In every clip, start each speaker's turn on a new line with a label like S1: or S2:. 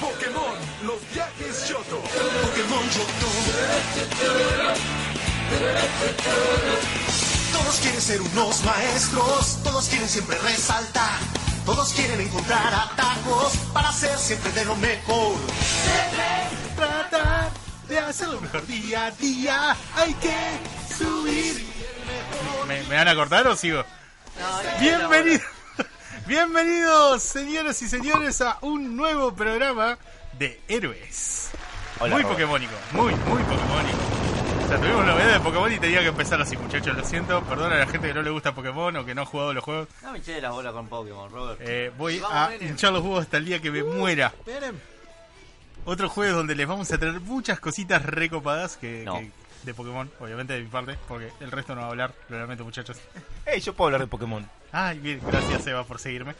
S1: Pokémon, los viajes Yoto. Pokémon Yoto.
S2: Todos quieren ser unos maestros, todos quieren siempre resaltar. Todos quieren encontrar atajos para ser siempre de lo mejor. Siempre tratar de hacer lo mejor día a día. Hay que subir.
S3: ¿Me, me van a cortar o sigo? Bienvenido, bienvenidos, señoras y señores, a un nuevo programa de Héroes.
S4: Hola,
S3: muy
S4: Robert.
S3: pokémonico, muy, muy pokémonico. O sea, tuvimos novedades de Pokémon y tenía que empezar así, muchachos, lo siento. Perdona a la gente que no le gusta Pokémon o que no ha jugado los juegos.
S4: No me eché las bolas con Pokémon, Robert.
S3: Eh, voy
S4: Vamos,
S3: a
S4: nene.
S3: hinchar los huevos hasta el día que me muera.
S2: Esperen.
S3: Otro jueves donde les vamos a traer muchas cositas recopadas que,
S4: No.
S3: que- de Pokémon, obviamente de mi parte, porque el resto no va a hablar, lo lamento muchachos.
S4: Ey, yo puedo hablar de Pokémon. Eh.
S3: Ay, bien, gracias Eva por seguirme.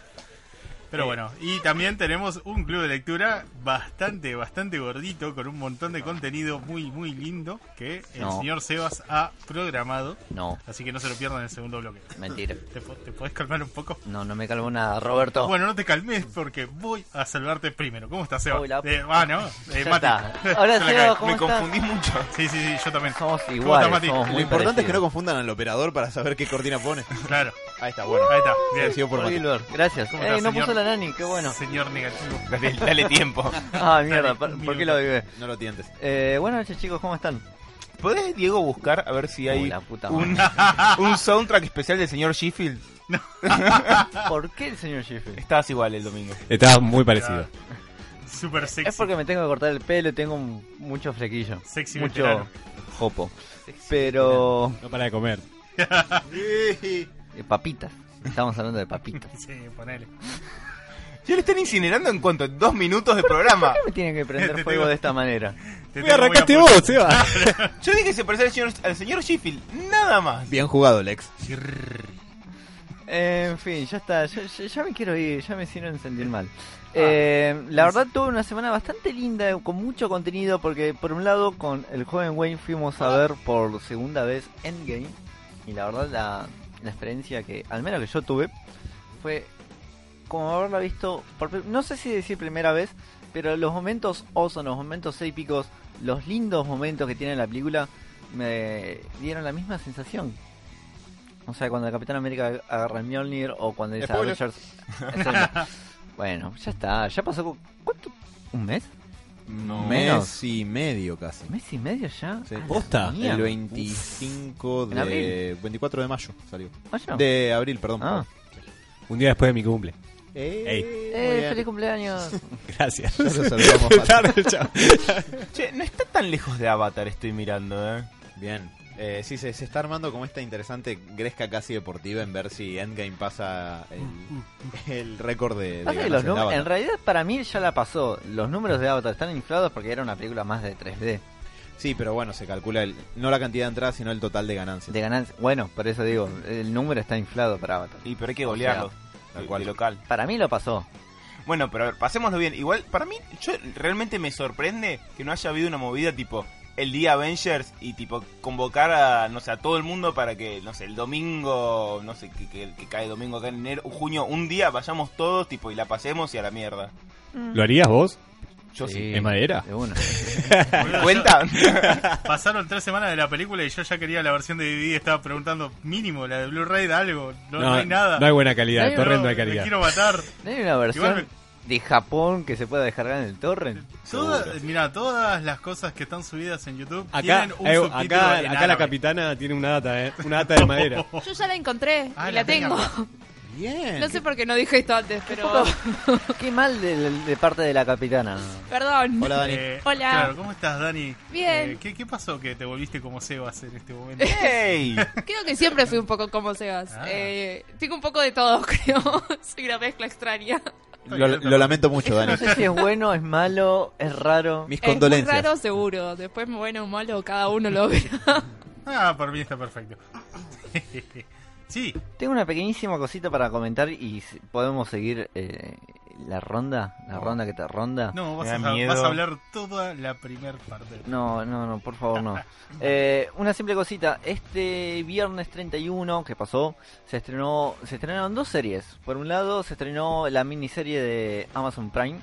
S3: Pero bueno, y también tenemos un club de lectura bastante, bastante gordito, con un montón de contenido muy, muy lindo que el
S4: No.
S3: señor Sebas ha programado.
S4: No,
S3: Así que no se lo pierdan en el segundo bloque.
S4: mentira.
S3: ¿Te, po- te podés calmar un poco?
S4: No, no me calmo nada, Roberto.
S3: Bueno, no te calmes porque voy a salvarte primero. ¿Cómo estás, Seba?
S4: Hola.
S3: Eh, ah, no. Eh,
S4: Ya
S3: Mati.
S4: está. Hola,
S3: Se la
S4: Seba,
S3: cae.
S4: ¿cómo
S5: Me
S4: estás?
S5: confundí mucho.
S3: Sí, sí, sí, yo también.
S4: Somos
S3: ¿Cómo
S4: iguales,
S3: estás, Mati?
S4: somos
S5: Lo
S4: muy
S5: importante es que no
S4: parecidos.
S5: confundan al operador para saber qué coordina pone.
S3: Claro.
S5: Ahí está, bueno.
S3: Ahí está.
S5: Bien,
S3: Bien.
S5: sigo por
S4: Hola,
S5: Mati.
S4: Gilbert, gracias.
S3: ¿Cómo
S4: Eh,
S3: estás,
S4: no
S3: señor?
S4: puso la nani, qué bueno.
S3: Señor negativo.
S5: Dale, dale tiempo.
S4: Ah, mierda,
S3: Dale,
S4: ¿por,
S3: un
S4: por qué
S3: minuto.
S4: lo vive?
S5: No lo tientes.
S4: Eh, buenas noches, chicos, ¿cómo están?
S5: ¿Podés, Diego, buscar a ver si
S4: Uh,
S5: hay
S4: la puta
S5: un, un soundtrack especial del señor Sheffield?
S4: ¿Por qué el señor Sheffield?
S5: Estabas igual el domingo.
S6: Está muy parecido.
S3: Super sexy.
S4: Es porque me tengo que cortar el pelo, tengo un- mucho flequillo.
S3: Sexy
S4: mucho
S3: veterano.
S4: jopo. Pero.
S6: No para de comer.
S4: eh, papitas. Estamos hablando de papitas.
S3: Sí, ponele.
S5: Ya le están incinerando en cuanto dos minutos de programa.
S4: ¿Por qué me tienen que prender
S3: Te
S4: fuego
S3: tengo-
S4: de esta manera?
S3: Te
S6: Me
S3: tengo
S6: arrancaste
S3: muy a
S6: vos, Seba.
S5: Yo dije que se parecía al señor, al señor Sheffield, nada más.
S2: Bien jugado, Lex.
S4: Eh, en fin, ya está. Ya, ya- ya me quiero ir, ya me hicieron sentir mal. Eh, la verdad tuve una semana bastante linda, con mucho contenido, porque por un lado con el joven Wayne fuimos a ver por segunda vez Endgame, y la verdad la, la experiencia que, al menos que yo tuve, fue como haberla visto, por pri- no sé si decir primera vez, pero los momentos osos, los momentos épicos, los lindos momentos que tiene la película, me dieron la misma sensación. O sea, cuando el Capitán América agarra el Mjolnir o cuando dice "Ah,
S5: Spoilers.
S4: Avengers... Eso- bueno, ya está, ya pasó... cu- ¿Cuánto? ¿Un mes?
S5: No.
S4: Menos.
S2: Mes y medio casi.
S4: ¿Un mes y medio ya?
S2: Sí.
S4: A la
S6: Posta.
S4: mierda.
S2: El 25
S4: ¿En
S2: de... 24 de mayo salió.
S4: Mayo.
S2: De abril, perdón.
S4: Ah.
S6: Un día después de mi cumple. Ey.
S2: muy
S4: ¡Eh,
S2: bien.
S4: feliz cumpleaños!
S6: Gracias.
S2: Ya lo saludamos, Mati.
S6: Tarde, chao.
S5: Che, no está tan lejos de Avatar, estoy mirando, eh.
S2: Bien. Eh, sí, se, se está armando como esta interesante gresca casi deportiva en ver si Endgame pasa el, el récord de, de
S4: Mm, Pasa que
S2: ganas
S4: los
S2: en
S4: num-
S2: Avatar.
S4: en realidad para mí ya la pasó. Los números de Avatar están inflados porque era una película más de 3D.
S2: Sí, pero bueno, se calcula el- no la cantidad de entradas, sino el total de ganancias.
S4: De ganancia. Bueno, por eso digo, el número está inflado para Avatar.
S5: Y pero hay que golearlo.
S2: tal
S5: de-
S2: cual.
S5: de local.
S4: Para mí lo pasó.
S5: Bueno, pero a ver, pasémoslo bien. Igual, para mí, yo realmente me sorprende que no haya habido una movida tipo el día Avengers y tipo convocar a, no sé, a todo el mundo para que, no sé, el domingo, no sé, que, que- que cae domingo acá en enero, junio, un día vayamos todos, tipo, y la pasemos y a la mierda.
S6: ¿Lo harías vos?
S5: Yo sí.
S6: ¿Es madera?
S4: De una.
S3: Boludo,
S5: ¿Cuenta?
S3: yo- Pasaron tres semanas de la película y yo ya quería la versión de DVD. Estaba preguntando, mínimo, la de Blu-ray de algo. No, no hay nada.
S6: no hay buena calidad.
S4: No hay-
S6: torrent
S3: No,
S6: no hay
S3: Me
S6: calidad.
S3: quiero matar.
S4: ¿No hay una versión
S3: Igual
S4: de Japón que se pueda descargar en el torrent?
S3: Todas, mira, todas las cosas que están subidas en YouTube
S6: Acá,
S3: tienen un
S6: eh,
S3: subtítulo
S6: acá,
S3: en
S6: acá la
S3: árabe.
S6: capitana tiene una data, eh. Una data de madera.
S7: Yo ya la encontré
S3: Ah,
S7: y
S3: la
S7: la tengo.
S2: Bien.
S7: No sé por qué no dije esto antes, pero.
S4: Qué mal de, de parte de la capitana.
S7: Perdón.
S2: Hola, Dani.
S3: Eh,
S7: Hola.
S3: Claro, ¿cómo estás, Dani?
S7: Bien.
S3: Eh, ¿qué, ¿Qué pasó que te volviste como Sebas en este
S7: em-
S3: momento?
S5: ¡Ey!
S7: Creo que siempre fui un poco como Sebas.
S3: Ah.
S7: Eh, tengo un poco de todo, creo. Soy una mezcla extraña.
S2: Lo, lo lamento mucho, Dani.
S4: No sé si es bueno, es malo, es raro.
S2: Mis
S7: Es Eh, muy
S2: condolencias.
S7: raro, seguro. Después, bueno o malo, cada uno lo verá.
S3: Ah, por mí está perfecto. sí,
S4: Tengo una pequeñísima cosita para comentar y si- podemos seguir eh, la ronda, la ronda que te ronda.
S3: no, vas
S5: Me
S3: a,
S5: da miedo.
S3: vas a hablar toda la primer parte.
S4: No, no, no, por favor no. Eh, una simple cosita, este viernes 31 que pasó, se estrenó, se estrenaron dos series. Por un lado se estrenó la miniserie de Amazon Prime,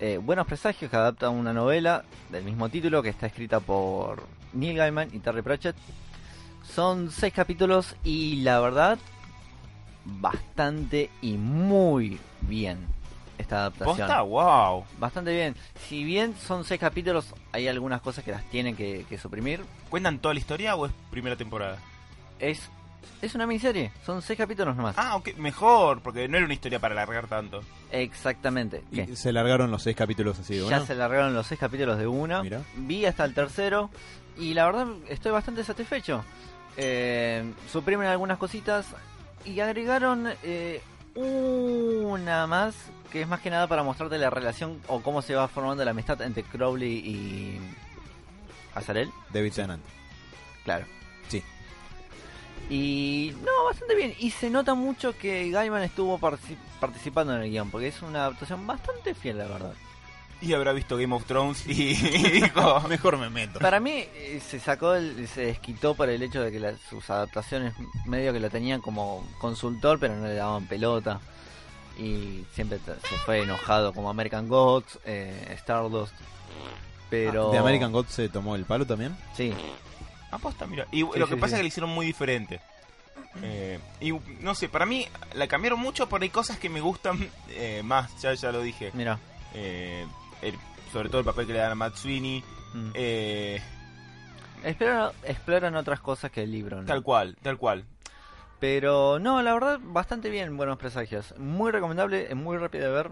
S4: eh, Buenos Presagios, que adapta una novela del mismo título que está escrita por Neil Gaiman y Terry Pratchett. Son seis capítulos y la verdad, bastante y muy bien esta adaptación.
S5: Posta, wow.
S4: Bastante bien. Si bien son seis capítulos, hay algunas cosas que las tienen que, que suprimir.
S5: ¿Cuentan toda la historia o es primera temporada?
S4: Es, es una miniserie, son seis capítulos nomás.
S5: Ah, ok, mejor, porque no era una historia para alargar tanto.
S4: Exactamente.
S8: Y este
S4: ¿Qué?
S8: se largaron los seis capítulos así, ¿no?
S4: Ya se largaron los seis capítulos de una.
S8: Mirá.
S4: Vi hasta el tercero. Y la verdad, estoy bastante satisfecho. Eh, suprimen algunas cositas. Y agregaron eh, una más. Que es más que nada para mostrarte la relación o cómo se va formando la amistad entre Crowley y. Azarel.
S8: David Tennant.
S4: Claro.
S8: Sí.
S4: Y no, bastante bien. Y se nota mucho que Gaiman estuvo particip- participando en el guión, porque es una adaptación bastante fiel, la verdad.
S5: Y habrá visto Game of Thrones y, y dijo...
S8: Mejor me meto.
S4: Para mí eh, se sacó, el- se desquitó por el hecho de que la- sus adaptaciones medio que lo tenían como consultor, pero no le daban pelota. Y siempre t- se fue enojado como American Gods, eh, Stardust. Pero...
S8: Ah, ¿De American God se tomó el palo también?
S4: Sí,
S5: Aposta, mira. Y
S4: Sí,
S5: lo
S4: sí,
S5: que pasa
S4: sí.
S5: es que lo hicieron muy diferente. Eh, y no sé, para mí la cambiaron mucho, pero hay cosas que me gustan eh, más, ya, ya lo dije.
S4: mira.
S5: Eh, el- sobre todo el papel que le dan a Matt Sweeney.
S4: Mm.
S5: eh,
S4: Exploran, exploran otras cosas que el libro, ¿no?
S5: tal cual, tal cual.
S4: Pero no, la verdad, bastante bien Buenos Presagios. Muy recomendable, es muy rápido de ver.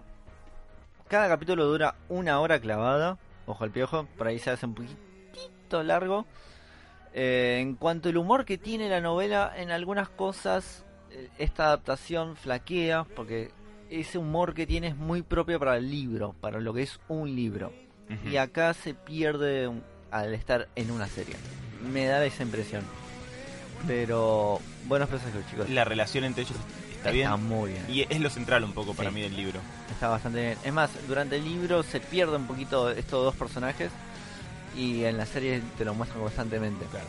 S4: Cada capítulo dura una hora clavada. Ojo al piojo, por ahí se hace un poquitito largo. Eh, en cuanto al humor que tiene la novela, en algunas cosas eh, esta adaptación flaquea porque ese humor que tiene es muy propio para el libro, para lo que es un libro. Y
S5: Mm.
S4: acá se pierde un- al estar en una serie. Me da esa impresión. Pero buenos presagios, chicos.
S5: La relación entre ellos está bien.
S4: muy bien.
S5: Y es lo central un poco para
S4: Sí.
S5: mí del libro.
S4: Está bastante bien. Es más, durante el libro se pierde un poquito estos dos personajes. Y en la serie te lo muestran constantemente. Claro.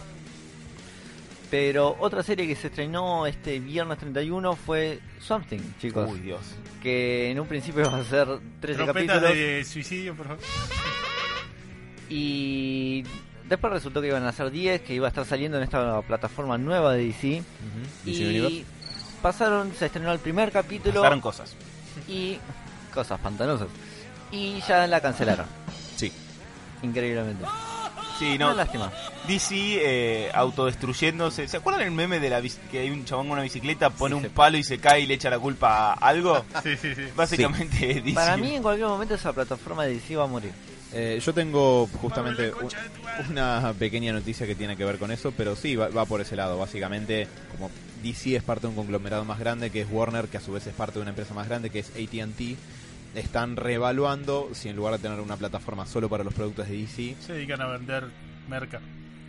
S4: Pero otra serie que se estrenó este viernes 31 fue Something, chicos.
S5: Uy, Dios.
S4: Que en un principio va a ser
S3: Trompetas
S4: 13 capítulos.
S3: de suicidio, por favor.
S4: Y después resultó que iban a ser 10, que iba a estar saliendo en esta plataforma nueva de DC.
S7: Mm.
S8: DC
S4: Y
S8: Universe.
S4: pasaron, se estrenó el primer capítulo
S5: Pasaron cosas.
S4: y cosas pantanosas. Y ya la cancelaron,
S8: Sí.
S4: increíblemente.
S5: Sí,
S4: Una
S5: no.
S4: lástima.
S5: DC eh, autodestruyéndose. ¿Se acuerdan el meme de la bici- que hay un chabón con una bicicleta, pone
S4: Sí,
S5: un
S4: sí.
S5: palo y se cae y le echa la culpa a algo?
S6: Ah.
S3: Sí, sí, sí.
S5: Básicamente es DC.
S4: Para mí en cualquier momento esa plataforma de DC va a morir.
S8: Eh, yo tengo justamente un- una pequeña noticia que tiene que ver con eso, pero sí, va, va por ese lado. Básicamente, como DC es parte de un conglomerado más grande que es Warner, que a su vez es parte de una empresa más grande que es ATT, están reevaluando si en lugar de tener una plataforma solo para los productos de DC,
S3: Se dedican a vender merca.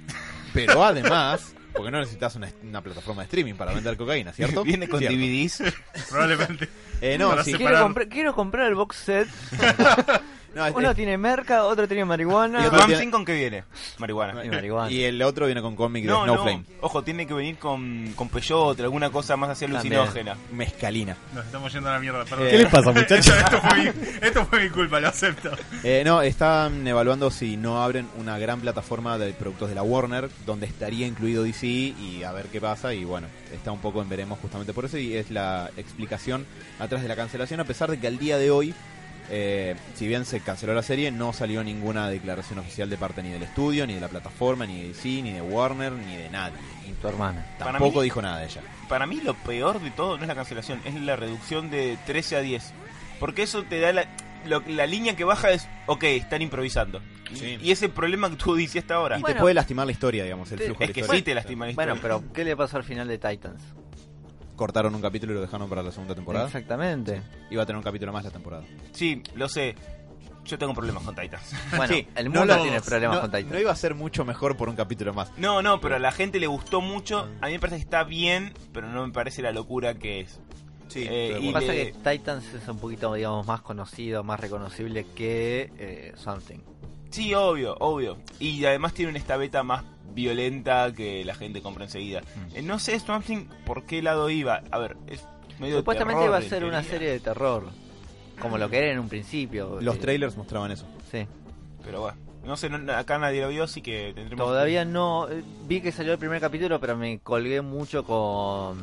S8: pero además, porque no necesitas una, una plataforma de streaming para vender cocaína, ¿cierto?
S5: Viene con
S8: Cierto.
S5: DVDs.
S3: Probablemente.
S8: Eh, no,
S3: Para
S8: sí.
S3: separar.
S4: Quiero, comprar- quiero comprar el box set.
S8: No, es-
S4: Uno tiene merca, otro tiene marihuana.
S8: Y
S5: ¿Y
S8: otro tiene-
S5: con qué viene? Marihuana.
S4: Y marihuana.
S8: Y el otro viene con cómic de
S5: No, no.
S8: Snowflame.
S5: Ojo, tiene que venir con, con peyote, alguna cosa más así
S4: También.
S5: alucinógena.
S8: Mezcalina.
S3: Nos estamos yendo a la mierda, perdón.
S8: ¿Qué les
S6: pasa, muchachos?
S3: Esto, esto fue mi, esto fue mi culpa, lo acepto.
S8: Eh, no, están evaluando si no abren una gran plataforma de productos de la Warner, donde estaría incluido DC y a ver qué pasa. Y bueno, está un poco en veremos justamente por eso y es la explicación atrás de la cancelación, a pesar de que al día de hoy, eh, si bien se canceló la serie, no salió ninguna declaración oficial de parte ni del estudio, ni de la plataforma, ni de DC, ni de Warner, ni de nadie.
S4: Y tu hermana.
S5: Para
S8: Tampoco
S5: mí-
S8: dijo nada ella.
S5: Para mí lo peor de todo no es la cancelación, es la reducción de 13 a 10. Porque eso te da la, lo- la línea que baja es, ok, están improvisando.
S8: Sí.
S5: Y ese problema que tú dices hasta ahora.
S8: Y te
S4: Bueno.
S8: puede lastimar la historia, digamos, el
S4: Te-
S8: flujo de
S5: Es
S8: la
S5: que
S8: historia.
S5: sí te lastima la
S4: Bueno,
S5: historia.
S4: pero ¿qué le pasó al final de Titans?
S8: Cortaron un capítulo y lo dejaron para la segunda temporada.
S4: Exactamente.
S8: Iba a tener un capítulo más la temporada.
S5: Sí, lo sé. Yo tengo problemas con Titans.
S4: Bueno,
S8: Sí,
S4: Ah, el
S8: no
S4: mundo
S8: lo-
S4: tiene problemas
S8: no-
S4: con Titans.
S8: No iba a ser mucho mejor por un capítulo más.
S5: No, no, pero a la gente le gustó mucho. A mí me parece que está bien, pero no me parece la locura que es. Eh,
S8: Sí, estoy de
S5: y
S8: acuerdo.
S4: Pasa
S5: le-
S4: que Titans es un poquito, digamos, más conocido, más reconocible que eh, Something.
S5: Sí, obvio, obvio. Y además tienen esta beta más violenta que la gente compra enseguida. Eh, no sé, Swamp Thing, por qué lado iba. A ver, es medio
S4: Supuestamente
S5: terror
S4: iba a
S5: en
S4: ser una
S5: teoría.
S4: serie de terror. como lo que era en un principio.
S8: Los
S4: Eh,
S8: trailers mostraban eso.
S4: Sí.
S5: Pero bueno, no sé, no- acá nadie lo vio, así que tendremos.
S4: Todavía no. eh, Vi que salió el primer capítulo, pero me colgué mucho con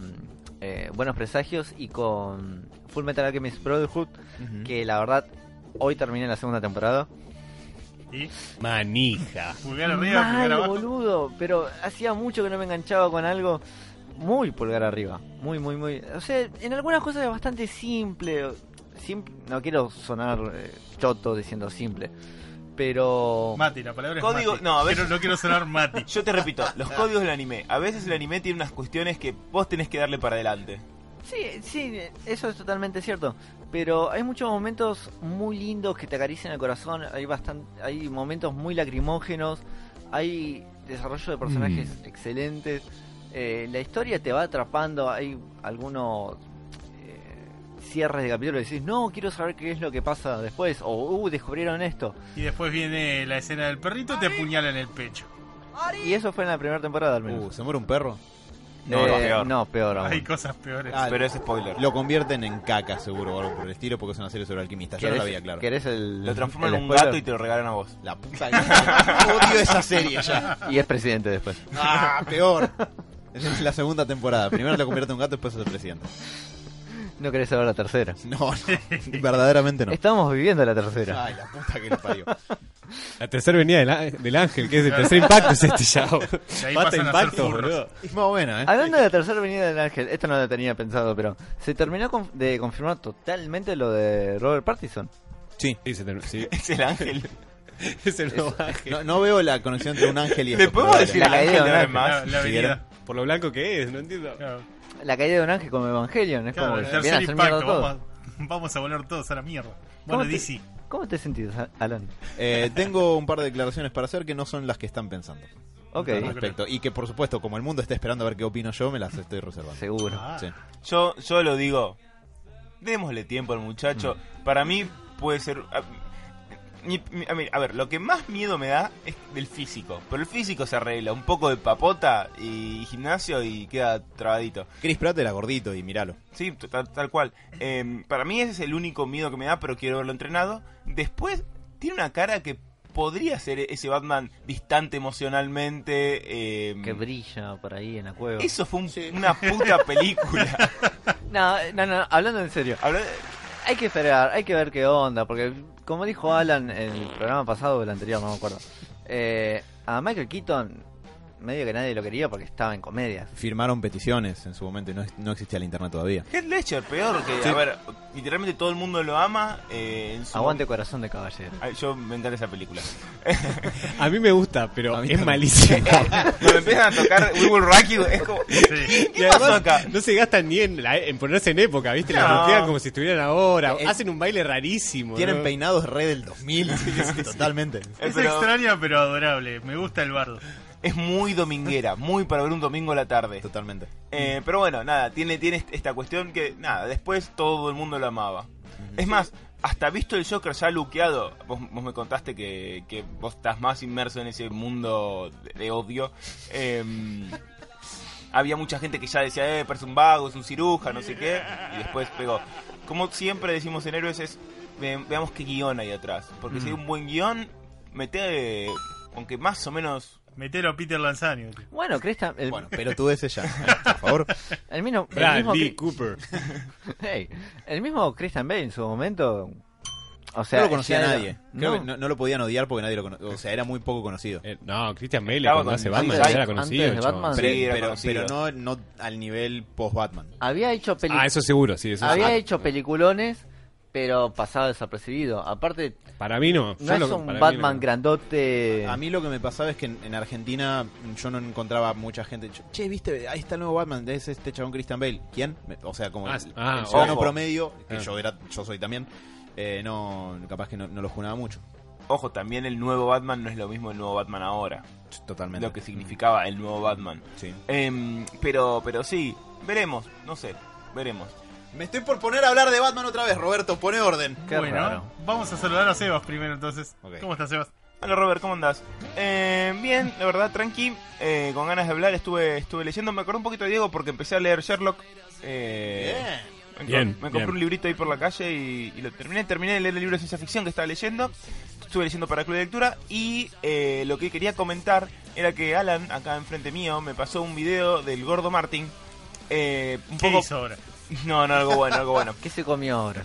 S4: eh, Buenos Presagios y con Full Metal Alchemist Brotherhood,
S8: Ujú.
S4: que la verdad hoy terminé la segunda temporada.
S3: Y
S6: Manija.
S3: pulgar arriba, pulgar
S4: Mal,
S3: abajo.
S4: boludo, pero hacía mucho que no me enganchaba con algo muy pulgar arriba, muy, muy, muy. O sea, en algunas cosas es bastante simple, simple no quiero sonar eh, choto diciendo simple, pero
S3: Mati, la palabra es
S5: Oh. Código-
S3: Mati.
S5: no, a ver.
S3: Quiero- no quiero sonar Mati.
S5: Yo te repito, los códigos del anime. A veces el anime tiene unas cuestiones que vos tenés que darle para adelante.
S4: Eh, sí, sí, eso es totalmente cierto. Pero hay muchos momentos muy lindos que te acarician el corazón, hay bastante, hay momentos muy lacrimógenos, hay desarrollo de personajes excelentes, eh, la historia te va atrapando, hay algunos eh, cierres de capítulo que decís, no, quiero saber qué es lo que pasa después, o, uh, descubrieron esto.
S3: Y después viene la escena del perrito y te apuñala en el pecho.
S4: Y eso fue en la primera temporada al
S8: Uh,
S4: menos.
S8: ¿se muere un perro?
S5: No,
S4: Eh,
S5: no, peor.
S4: no, peor aún.
S3: Hay cosas peores.
S8: Ah,
S5: Pero es spoiler.
S8: Lo convierten en caca, seguro, o algo por el estilo, porque es una serie sobre alquimistas. Yo no la
S4: ¿Querés-
S8: veía, claro.
S4: querés el-
S5: Lo transforman
S4: el
S5: en un
S4: spoiler?
S5: gato y te lo regalan a vos.
S8: La puta que- Odio esa serie ya.
S4: y es presidente después.
S8: Ah, peor. Esa es la segunda temporada. Primero lo convierte en un gato, después es el presidente.
S4: No querés saber la tercera.
S8: No, no. Verdaderamente no.
S4: Estamos viviendo la tercera.
S8: Ay, la puta que lo parió.
S6: La tercera venía del, á- del ángel, que es el tercer impacto, es este ya.
S3: ahí
S6: Basta
S3: pasan a ser
S6: impacto,
S3: furros.
S6: boludo.
S8: Es más buena, ¿eh?
S4: Hablando de la tercera venida del ángel, esto no lo tenía pensado, pero se terminó conf- de confirmar totalmente lo de Robert Partison.
S8: Sí.
S6: Sí, se terminó, sí.
S5: Es el ángel.
S6: Es el nuevo ángel.
S8: No, no veo la conexión entre un ángel y
S5: ¿Le
S8: esto, pero
S5: podemos
S8: dale.
S5: decir
S4: La
S5: el ángel
S4: caída
S5: una
S4: de un
S5: vez
S4: ángel.
S5: más?
S3: La, la avenida.
S6: Por lo blanco que es, no entiendo.
S3: Claro,
S4: La caída de un ángel como Evangelion, es
S3: claro,
S4: como
S3: el
S4: que viene a
S3: tercer
S4: hacer mierda
S3: impacto.
S4: todo.
S3: Vamos a, vamos a volver todos a la mierda.
S4: ¿Cómo
S3: Bueno,
S4: te-
S5: eh,
S3: DC.
S4: ¿Cómo te sentís, Alan?
S8: Eh, tengo un par de declaraciones para hacer que no son las que están pensando
S4: Ok,
S8: al respecto. Y que, por supuesto, como el mundo está esperando a ver qué opino yo, me las estoy reservando.
S4: seguro.
S3: Ah,
S8: Sí.
S5: Yo, yo lo digo. Démosle tiempo al muchacho.
S4: Mm.
S5: Para mí puede ser... a- mi- mi- a, mí- a ver, lo que más miedo me da es del físico. Pero el físico se arregla. Un poco de papota y gimnasio y queda trabadito.
S8: Chris Pratt era gordito y míralo.
S5: Sí, t- tal, tal cual. Eh, para mí ese es el único miedo que me da, pero quiero verlo entrenado. Después, tiene una cara que podría ser e-, ese Batman distante emocionalmente. eh,
S4: Que
S3: mm.
S4: brilla por ahí en la cueva.
S5: eso fue un- una puta película.
S4: No, no, no, hablando en serio.
S5: Habla-
S4: Hay que esperar, hay que ver qué onda, porque como dijo Alan en el programa pasado o el anterior, no me acuerdo. eh, a Michael Keaton medio que nadie lo quería porque estaba en comedias.
S8: Firmaron peticiones en su momento y no, no existía la internet todavía.
S5: Heath Ledger, peor que...
S8: Sí.
S5: A ver, literalmente todo el mundo lo ama. eh, en su-
S4: Aguante corazón de caballero.
S5: Ay, yo me encanta esa película.
S6: A mí me gusta, pero
S8: A mí
S6: es
S8: también.
S6: malísimo.
S5: Cuando empiezan a tocar We Will Rock You, es como...
S3: sí.
S5: ¿Qué pasó acá? Eh,
S6: No se gastan ni en, la- en ponerse en época, ¿viste? Las
S5: No.
S6: rotean como si estuvieran ahora.
S8: Eh,
S6: Hacen un baile rarísimo.
S8: Tienen
S6: ¿no?
S8: peinados re del 2000. Totalmente.
S5: Eh,
S3: Es
S5: pero
S3: extraña pero adorable. Me gusta el bardo.
S5: es muy dominguera, muy para ver un domingo a la tarde.
S8: Totalmente.
S5: Eh, pero bueno, nada, tiene, tiene est- esta cuestión que, nada, después todo el mundo lo amaba. Es más, hasta visto el Joker ya luqueado, vos, vos me contaste que, que vos estás más inmerso en ese mundo de, de odio. em, había mucha gente que ya decía, eh, parece un vago, es un cirujano, no sé qué, y después pegó. Como siempre decimos en Héroes, es ve- veamos qué guión hay atrás. Porque si hay un buen guión, mete, aunque más o menos...
S3: Metelo a Peter Lanzani. tío.
S4: Bueno, Cresta, el,
S8: Bueno, pero tú ese ya. Por favor.
S4: el mino- el
S6: Brad
S4: mismo,
S6: Lee
S4: Cri-
S6: Cooper.
S4: hey, el mismo Christian Bale en su momento. O sea,
S8: no lo conocía
S4: ya era-
S8: nadie. Creo
S4: no.
S8: que no, no lo podían odiar porque nadie lo conocía. O sea, era muy poco conocido.
S6: Eh, no, Christian Bale
S5: Estaba
S6: cuando
S5: con-
S6: hace Batman,
S4: antes-
S6: ya era conocido.
S4: antes de
S6: chabón.
S4: Batman.
S8: Pero,
S5: Sí, era
S8: pero-
S5: conocido.
S8: pero no, no al nivel post-Batman.
S4: Había hecho películas.
S6: Ah, eso seguro, sí. Eso
S4: Había
S6: sí.
S4: hecho peliculones, pero pasaba desapercibido. Aparte,
S6: Para mí no.
S4: no
S6: Yo
S4: es
S6: lo-
S4: un
S6: para mí
S4: Batman
S6: no.
S5: Eh,
S4: grandote.
S8: A mí lo que me pasaba es que en, en Argentina yo no encontraba mucha gente. Yo, che, viste, ahí está el nuevo Batman, es este chabón Christian Bale. ¿Quién? Me- O sea, como
S6: Ah,
S8: el,
S6: sí. Ah,
S8: el ciudadano
S5: ojo.
S8: promedio, que
S6: Ah.
S8: yo era, yo soy también, eh, no, capaz que no, no lo junaba mucho.
S5: Ojo, también el nuevo Batman no es lo mismo el nuevo Batman ahora.
S8: Totalmente. Mm.
S5: lo que significaba el nuevo Batman.
S8: Sí.
S5: Em, pero, pero sí, veremos, no sé, veremos.
S8: Me estoy por poner a hablar de Batman otra vez, Roberto, pone orden.
S4: Qué
S3: bueno,
S4: raro.
S3: vamos a saludar a Sebas primero entonces.
S8: Ok.
S3: ¿Cómo estás, Sebas?
S5: Hola Robert, ¿cómo andás? Em, bien, la verdad, tranqui, eh, con ganas de hablar, estuve, estuve leyendo, me acordé un poquito de Diego porque empecé a leer Sherlock. eh, Me,
S6: Bien,
S5: co- me
S6: bien.
S5: compré un librito ahí por la calle y, y lo terminé. Terminé de leer el libro de ciencia ficción que estaba leyendo. Estuve leyendo para Club de Lectura. Y eh, lo que quería comentar era que Alan, acá enfrente mío, me pasó un video del gordo Martin. eh, un
S3: ¿Qué
S5: poco.
S3: hizo ahora?
S5: No, no, algo bueno, algo bueno.
S4: ¿Qué se comió ahora?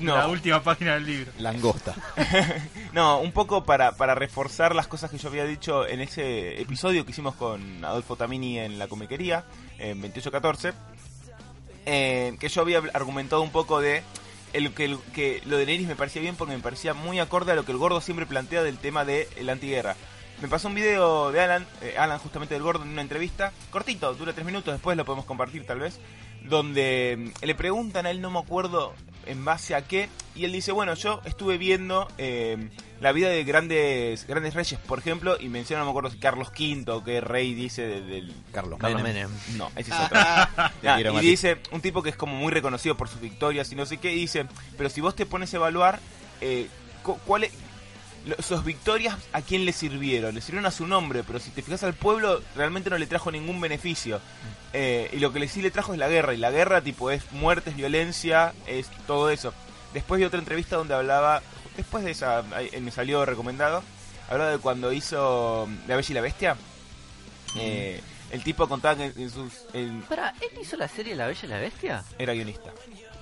S5: No,
S3: La última página del libro.
S8: Langosta.
S5: No, un poco para, para reforzar las cosas que yo había dicho en ese episodio que hicimos con Adolfo Tamini en la comiquería, en 2814, eh, que yo había argumentado un poco de el, que, el- que lo de Neris me parecía bien porque me parecía muy acorde a lo que el gordo siempre plantea del tema de la antiguerra. Me pasó un video de Alan, eh, Alan justamente del gordo en una entrevista, cortito, dura tres minutos, después lo podemos compartir tal vez, donde mm, le preguntan a él, no me acuerdo en base a qué, y él dice, bueno, yo estuve viendo eh, la vida de grandes grandes reyes, por ejemplo, y menciona, no me acuerdo si Carlos V o qué rey dice de- del...
S8: Carlos
S4: Carlos
S8: Menem.
S4: Menem.
S5: Em, No, ese es otro. Ya,
S8: Te quiero,
S5: y
S8: Mati.
S5: dice, un tipo que es como muy reconocido por sus victorias y no sé qué, y dice, pero si vos te pones a evaluar, eh, cu- ¿cuál es- lo- sus victorias a quién le sirvieron? Le sirvieron a su nombre, pero si te fijas al pueblo, realmente no le trajo ningún beneficio. Eh, y lo que le sí le trajo es la guerra, y la guerra tipo es muerte, es violencia, es todo eso. Después de otra entrevista donde hablaba, después de esa, ahí, eh, me salió recomendado, hablaba de cuando hizo mm, La Bella y la Bestia. Eh, el tipo contaba que en sus... en-
S4: Pará, ¿él hizo la serie La Bella y la Bestia?
S5: era guionista.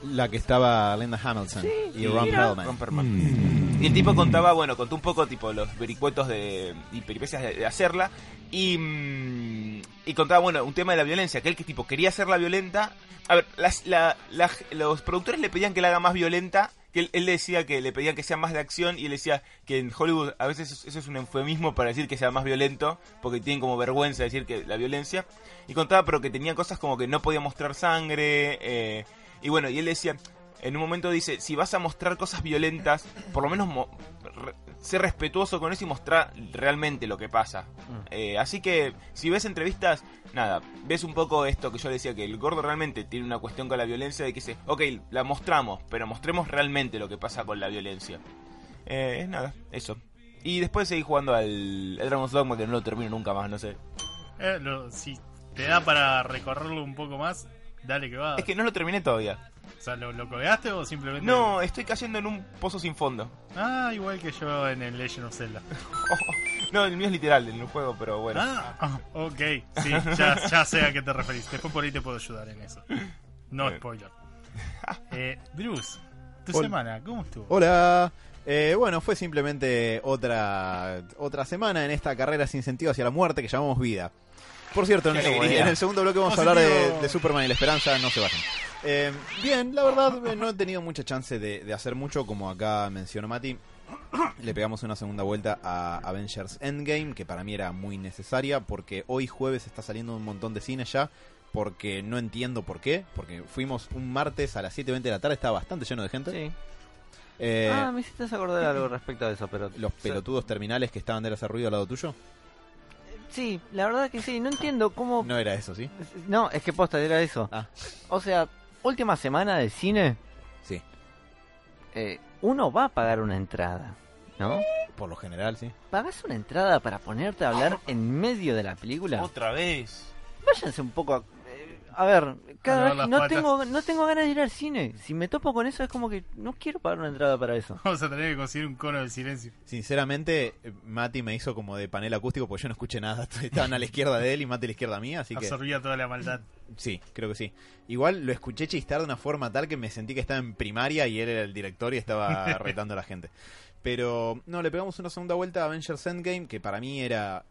S8: La que estaba Linda Hamilton y Ron Perlman.
S5: Romperman. Y el tipo contaba, bueno, contó un poco tipo los vericuetos de, y peripecias de, de hacerla. Y, mm, y contaba, bueno, un tema de la violencia, que él que tipo quería hacerla violenta. A ver, las- la- la- los productores le pedían que la haga más violenta. Que él, él le decía que le pedían que sea más de acción y él decía que en Hollywood a veces eso- eso es un eufemismo para decir que sea más violento, porque tienen como vergüenza decir que la violencia. Y contaba, pero que tenía cosas como que no podía mostrar sangre. eh, y bueno, y él decía, en un momento dice, si vas a mostrar cosas violentas, por lo menos mo- re- ser respetuoso con eso y mostrar realmente lo que pasa. Eh, así que si ves entrevistas, nada, ves un poco esto que yo decía, que el gordo realmente tiene una cuestión con la violencia de que dice, ok, la mostramos, pero mostremos realmente lo que pasa con la violencia. Eh, es nada, eso. Y después seguí jugando al, al Dragon's Dogma, que no lo termino nunca más, no sé.
S3: Eh, lo- si te da para recorrerlo un poco más, dale que va.
S5: Es que no lo terminé todavía.
S3: O sea, ¿lo, lo colgaste o simplemente.?
S5: No, estoy cayendo en un pozo sin fondo.
S3: Ah, igual que yo en el Legend of Zelda.
S5: No, el mío es literal, en el juego, pero bueno.
S3: Ah, ok. Sí, ya, ya sé a qué te referís. Después por ahí te puedo ayudar en eso. No
S5: Bien.
S3: spoiler. Eh, Bruce, tu
S8: Hola.
S3: semana, ¿cómo estuvo?
S8: Hola. Eh, bueno, fue simplemente otra, otra semana en esta carrera sin sentido hacia la muerte que llamamos vida. Por cierto, en,
S5: Qué
S8: el-
S5: alegría.
S8: en el segundo bloque vamos a hablar de,
S3: Positivo.
S8: de Superman y la esperanza, no se vayan. Eh, bien, la verdad eh, no he tenido mucha chance de, de hacer mucho, como acá mencionó Mati. Le pegamos una segunda vuelta a Avengers Endgame, que para mí era muy necesaria, porque hoy jueves está saliendo un montón de cines ya, porque no entiendo por qué, porque fuimos un martes a las 7.20 de la tarde, estaba bastante lleno de gente.
S4: Sí.
S8: Eh,
S4: ah, me hiciste acordar algo respecto a eso, pero...
S8: los pelotudos terminales que estaban de hacer ruido al lado tuyo.
S4: Sí, la verdad que sí, no entiendo cómo...
S8: No era eso, ¿sí?
S4: No, es que posta, era eso.
S8: Ah.
S4: O sea, última semana de cine,
S8: Sí,
S4: eh, uno va a pagar una entrada, ¿no?
S8: por lo general, sí.
S4: ¿Pagás una entrada para ponerte a hablar en medio de la película?
S8: Oh.
S5: Otra vez.
S4: Váyanse un poco a... eh, A ver,
S3: A
S4: cada
S3: lavar
S4: vez que
S3: las
S4: no
S3: patas.
S4: tengo, no tengo ganas de ir al cine. Si me topo con eso es como que no quiero pagar una entrada para eso.
S3: Vamos a tener que conseguir un cono del silencio.
S8: Sinceramente, eh, Mati me hizo como de panel acústico porque yo no escuché nada. Estaban a la izquierda de él y Mati a la izquierda mía, así que
S3: Absorbía toda la maldad.
S8: sí, creo que sí. Igual lo escuché chistar de una forma tal que me sentí que estaba en primaria y él era el director y estaba retando a la gente. Pero no, le pegamos una segunda vuelta a Avengers Endgame, que para mí era.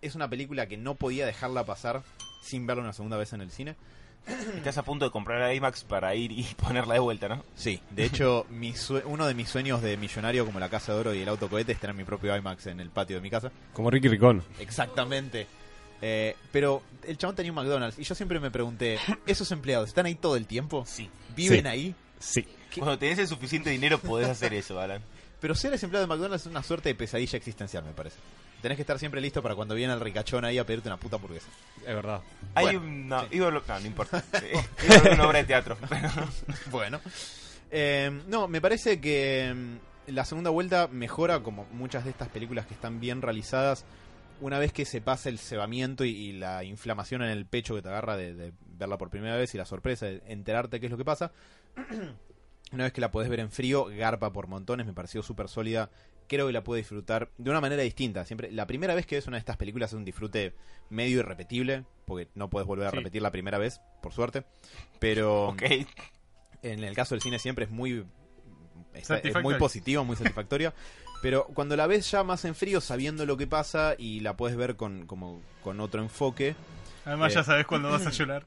S8: Es una película que no podía dejarla pasar sin verla una segunda vez en el cine.
S5: Estás a punto de comprar la IMAX para ir y ponerla de vuelta, ¿no?
S8: Sí, de hecho, mi sue- uno de mis sueños de millonario como la Casa de Oro y el autocohete es tener mi propio IMAX en el patio de mi casa.
S6: Como Ricky Ricón.
S8: Exactamente. Eh, pero el chabón tenía un McDonald's y yo siempre me pregunté, ¿esos empleados están ahí todo el tiempo?
S5: Sí.
S8: ¿Viven
S6: Sí.
S8: ahí?
S6: Sí.
S8: ¿Qué?
S5: Cuando tenés el suficiente dinero podés hacer eso, Alan.
S8: Pero ser ese empleado de McDonald's es una suerte de pesadilla existencial, me parece. Tenés que estar siempre listo para cuando viene el ricachón ahí a pedirte una puta hamburguesa.
S6: Es verdad.
S5: Hay un... No, iba a hablar- no, no importa. Eh, Iba a hablar de una obra de teatro.
S8: bueno. Eh, no, me parece que mm, la segunda vuelta mejora como muchas de estas películas que están bien realizadas. una vez que se pasa el cebamiento y, y la inflamación en el pecho que te agarra de, de verla por primera vez y la sorpresa de enterarte qué es lo que pasa, una vez que la podés ver en frío, garpa por montones, me pareció súper sólida. Creo que la pude disfrutar de una manera distinta. Siempre, la primera vez que ves una de estas películas es un disfrute medio irrepetible, porque no puedes volver a
S3: Sí.
S8: repetir la primera vez, por suerte. Pero
S5: Ok.
S8: en el caso del cine siempre es muy está- es muy
S3: Satisfactorio.
S8: positivo, muy satisfactorio. Pero cuando la ves ya más en frío, sabiendo lo que pasa y la puedes ver con, como, con otro enfoque,
S3: Además,
S8: Eh.
S3: ya sabes cuándo vas a llorar.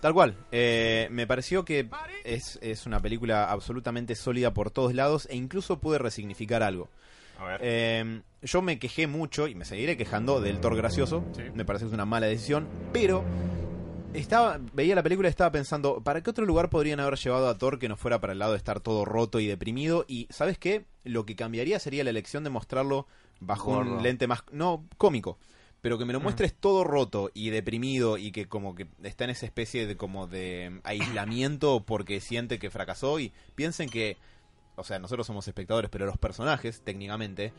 S8: Tal cual. Eh, me pareció que es, es una película absolutamente sólida por todos lados e incluso pude resignificar algo.
S5: A ver.
S8: Eh, yo me quejé mucho y me seguiré quejando del Thor gracioso.
S3: Sí.
S8: Me parece que es una mala decisión, pero estaba veía la película y estaba pensando, ¿para qué otro lugar podrían haber llevado a Thor que no fuera para el lado de estar todo roto y deprimido? Y ¿sabes qué? Lo que cambiaría sería la elección de mostrarlo bajo
S4: Gordo.
S8: un lente más no cómico. Pero que me lo muestres todo roto y deprimido y que como que está en esa especie de como de aislamiento porque siente que fracasó y piensen que o sea, nosotros somos espectadores, pero los personajes, técnicamente,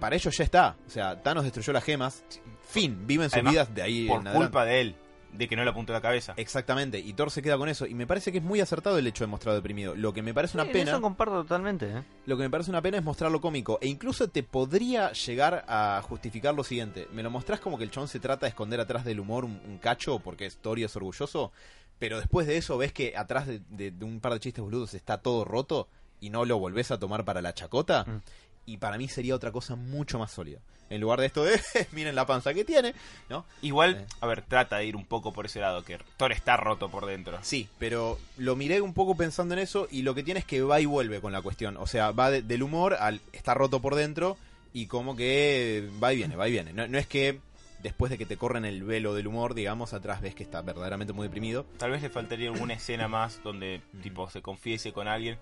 S8: para ellos ya está. O sea, Thanos destruyó las gemas, fin, viven sus
S5: Además,
S8: vidas de ahí
S5: Por
S8: en adelante. Eh,
S5: culpa de él, de que no le apuntó la cabeza.
S8: Exactamente, y Thor se queda con eso. Y me parece que es muy acertado el hecho de mostrarlo deprimido. Lo que me parece una
S4: Sí, en
S8: pena,
S4: Eso comparto totalmente. ¿eh?
S8: lo que me parece una pena es mostrarlo cómico. E incluso te podría llegar a justificar lo siguiente. Me lo mostrás como que el chon se trata de esconder atrás del humor un, un cacho porque es Thor y es orgulloso. Pero después de eso ves que atrás de, de- de un par de chistes boludos está todo roto y no lo volvés a tomar para la chacota.
S4: Mm.
S8: Y para mí sería otra cosa mucho más sólida. En lugar de esto de, miren la panza que tiene, ¿no?
S5: Igual,
S8: Eh.
S5: a ver, trata de ir un poco por ese lado, que Thor está roto por dentro.
S8: Sí, pero lo miré un poco pensando en eso y lo que tiene es que va y vuelve con la cuestión. O sea, va de- del humor al está roto por dentro y como que va y viene, va y viene. No, no es que después de que te corren el velo del humor, digamos, atrás ves que está verdaderamente muy deprimido.
S5: Tal vez le faltaría alguna escena más donde, tipo, se confiese con alguien.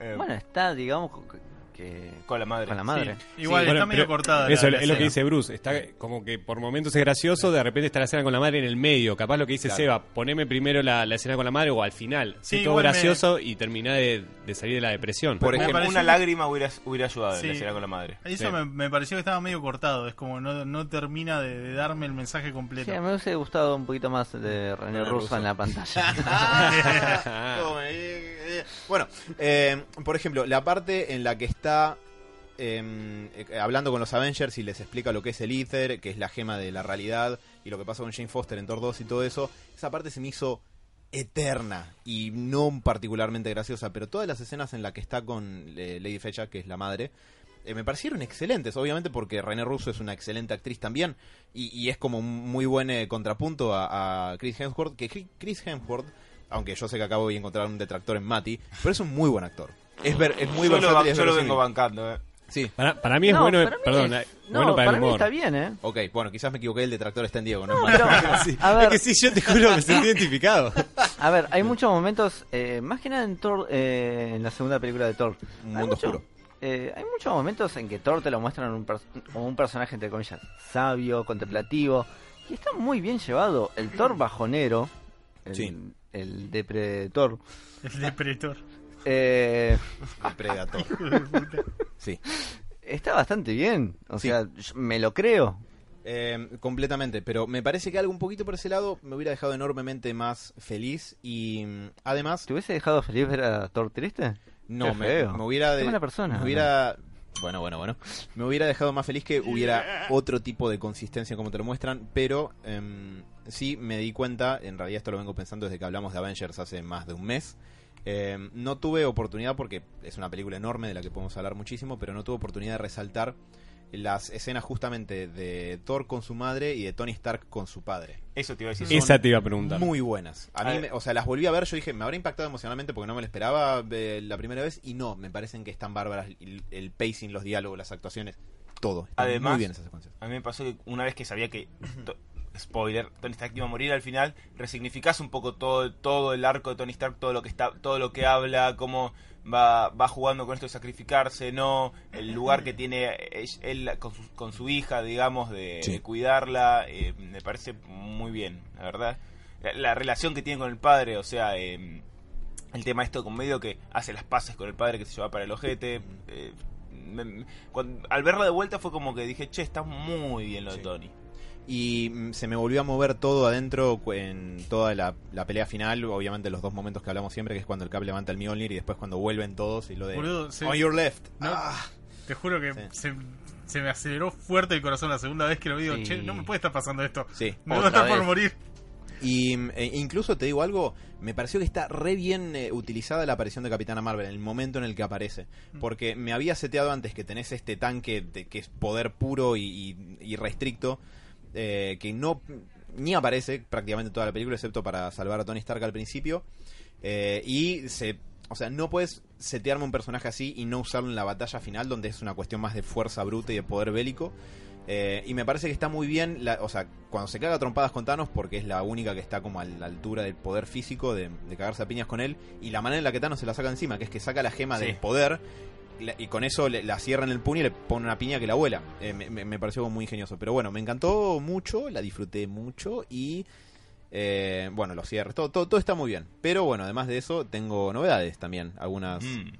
S5: eh,
S4: Bueno, está, digamos, co- co- que
S5: con la madre.
S4: con la madre.
S3: Sí, Igual
S6: Bueno,
S3: está medio
S6: pero
S3: cortada. la-
S6: Eso
S3: la
S6: es lo que
S3: escena.
S6: dice Bruce. Está como que por momentos es gracioso, de repente está la escena con la madre en el medio. Capaz lo que dice
S8: Claro.
S6: Seba, poneme primero la, la escena con la madre o al final.
S3: Sí,
S6: Sí, todo
S3: igual me-
S6: gracioso y termina de, de salir de la depresión.
S8: Por
S5: Como
S8: ejemplo,
S3: parece-
S5: una lágrima hubiera, hubiera ayudado en
S3: Sí.
S5: la escena con la madre.
S3: Eso
S6: Sí.
S3: me, me pareció que estaba medio cortado. Es como no, no termina de, de darme el mensaje completo.
S4: Sí, me hubiese gustado un poquito más de René
S8: René Russo.
S4: Russo en la pantalla.
S8: Tome, eh, eh. bueno, eh, por ejemplo, la parte en la que está eh, eh, hablando con los Avengers y les explica lo que es el Ether, que es la gema de la realidad, y lo que pasa con Jane Foster en Thor 2 y todo eso, esa parte se me hizo eterna y no particularmente graciosa, pero todas las escenas en las que está con eh, Lady Fecha, que es la madre, eh, me parecieron excelentes, obviamente porque René Russo es una excelente actriz también y, y es como un muy buen eh, contrapunto a, a Chris Hemsworth, que Cri- Chris Hemsworth, aunque yo sé que acabo de encontrar un detractor en Mati, pero es un muy buen actor. Es, ver, es muy
S5: yo lo,
S8: versátil,
S5: ban-
S8: es
S5: yo lo
S8: verosímil.
S5: vengo bancando, eh.
S8: Sí,
S6: Para, para mí es
S4: No,
S6: bueno,
S4: para mí
S6: perdón,
S4: es-
S6: eh,
S4: no,
S6: bueno para,
S4: para
S6: el
S4: mí
S6: humor.
S4: está bien, ¿eh?
S8: ok, bueno, quizás me equivoqué, el detractor está en Diego, no, es Mati.
S4: Pero, a
S6: Es
S4: ver,
S6: que sí, yo te juro, me sentí identificado.
S4: a ver, hay muchos momentos, eh, más que nada en Thor, eh, en la segunda película de Thor.
S8: Un
S4: Hay
S8: mundo
S4: mucho-
S8: oscuro.
S4: eh, hay muchos momentos en que Thor te lo muestran un pers- como un personaje, entre comillas, sabio, contemplativo, y está muy bien llevado. El Thor bajonero, el,
S8: Sí.
S4: el depredador,
S3: El depretor.
S4: eh,
S8: El Predator. Sí.
S4: está bastante bien. O
S8: Sí.
S4: sea, yo me lo creo.
S8: Eh, completamente, pero me parece que algo un poquito por ese lado me hubiera dejado enormemente más feliz y mm, además
S4: ¿Te hubiese dejado feliz ver a Thor triste?
S8: no
S4: Qué
S8: me,
S4: feo.
S8: me hubiera
S4: Qué
S8: de-
S4: mala persona,
S8: me
S4: ¿no?
S8: hubiera bueno bueno bueno me hubiera dejado más feliz que hubiera otro tipo de consistencia como te lo muestran, pero em, sí me di cuenta en realidad esto lo vengo pensando desde que hablamos de Avengers hace más de un mes Eh, no tuve oportunidad, porque es una película enorme de la que podemos hablar muchísimo, pero no tuve oportunidad de resaltar las escenas justamente de Thor con su madre y de Tony Stark con su padre.
S5: Eso te iba a decir.
S8: Es-
S6: Esa te iba a preguntar.
S8: Muy buenas. A
S5: A
S8: mí,
S5: ver.
S8: me- o sea, las volví a ver, yo dije, me habrá impactado emocionalmente porque no me lo esperaba eh, la primera vez y no, me parecen que están bárbaras el, el pacing, los diálogos, las actuaciones, todo. Están
S5: Además-
S8: muy bien esas secuencias.
S5: A mí me pasó que una vez que sabía que. to- Spoiler, Tony Stark iba a morir al final, resignificás un poco todo, todo el arco de Tony Stark, todo lo que está, todo lo que habla, cómo va, va jugando con esto de sacrificarse, no, el lugar que tiene él, él con, su, con su hija, digamos, de,
S8: Sí.
S5: de cuidarla, eh, me parece muy bien, la verdad. La, la relación que tiene con el padre, o sea, em, eh, el tema esto con medio que hace las paces con el padre que se lleva para el ojete, eh, me- cuando- al verla de vuelta fue como que dije, che, está muy bien lo de
S8: Sí.
S5: Tony.
S8: Y mm, se me volvió a mover todo adentro cu- en toda la, la pelea final. Obviamente, los dos momentos que hablamos siempre, que es cuando el Cap levanta el Mjolnir y después cuando vuelven todos y lo de.
S3: Boludo, sí.
S8: On your left.
S3: No,
S8: Ah.
S3: Te juro que
S8: Sí.
S3: se, se me aceleró fuerte el corazón la segunda vez que lo vi. Digo,
S4: Sí.
S3: Che, no me puede estar pasando esto.
S8: Sí,
S3: Me voy a
S8: otra
S3: estar por
S8: vez.
S3: morir.
S8: Y mm, e- incluso te digo algo, me pareció que está re bien eh, utilizada la aparición de Capitana Marvel en el momento en el que aparece. Porque me había seteado antes que tenés este tanque de, que es poder puro y, y- y restricto, eh, que no ni aparece prácticamente en toda la película, excepto para salvar a Tony Stark al principio. Eh, y se. O sea, no puedes setearme un personaje así y no usarlo en la batalla final, donde es una cuestión más de fuerza bruta y de poder bélico. Eh, y me parece que está muy bien, la- o sea, cuando se caga a trompadas con Thanos, porque es la única que está como a la altura del poder físico, de, de cagarse a piñas con él, y la manera en la que Thanos se la saca encima, que es que saca la gema
S5: Sí.
S8: del poder, la- y con eso le- la cierra en el puño y le pone una piña que la vuela. Eh, me, me- me pareció como muy ingenioso. Pero bueno, me encantó mucho, la disfruté mucho, y eh, bueno, los cierres, todo, todo, todo está muy bien. Pero bueno, además de eso, tengo novedades también, algunas,
S5: Mm.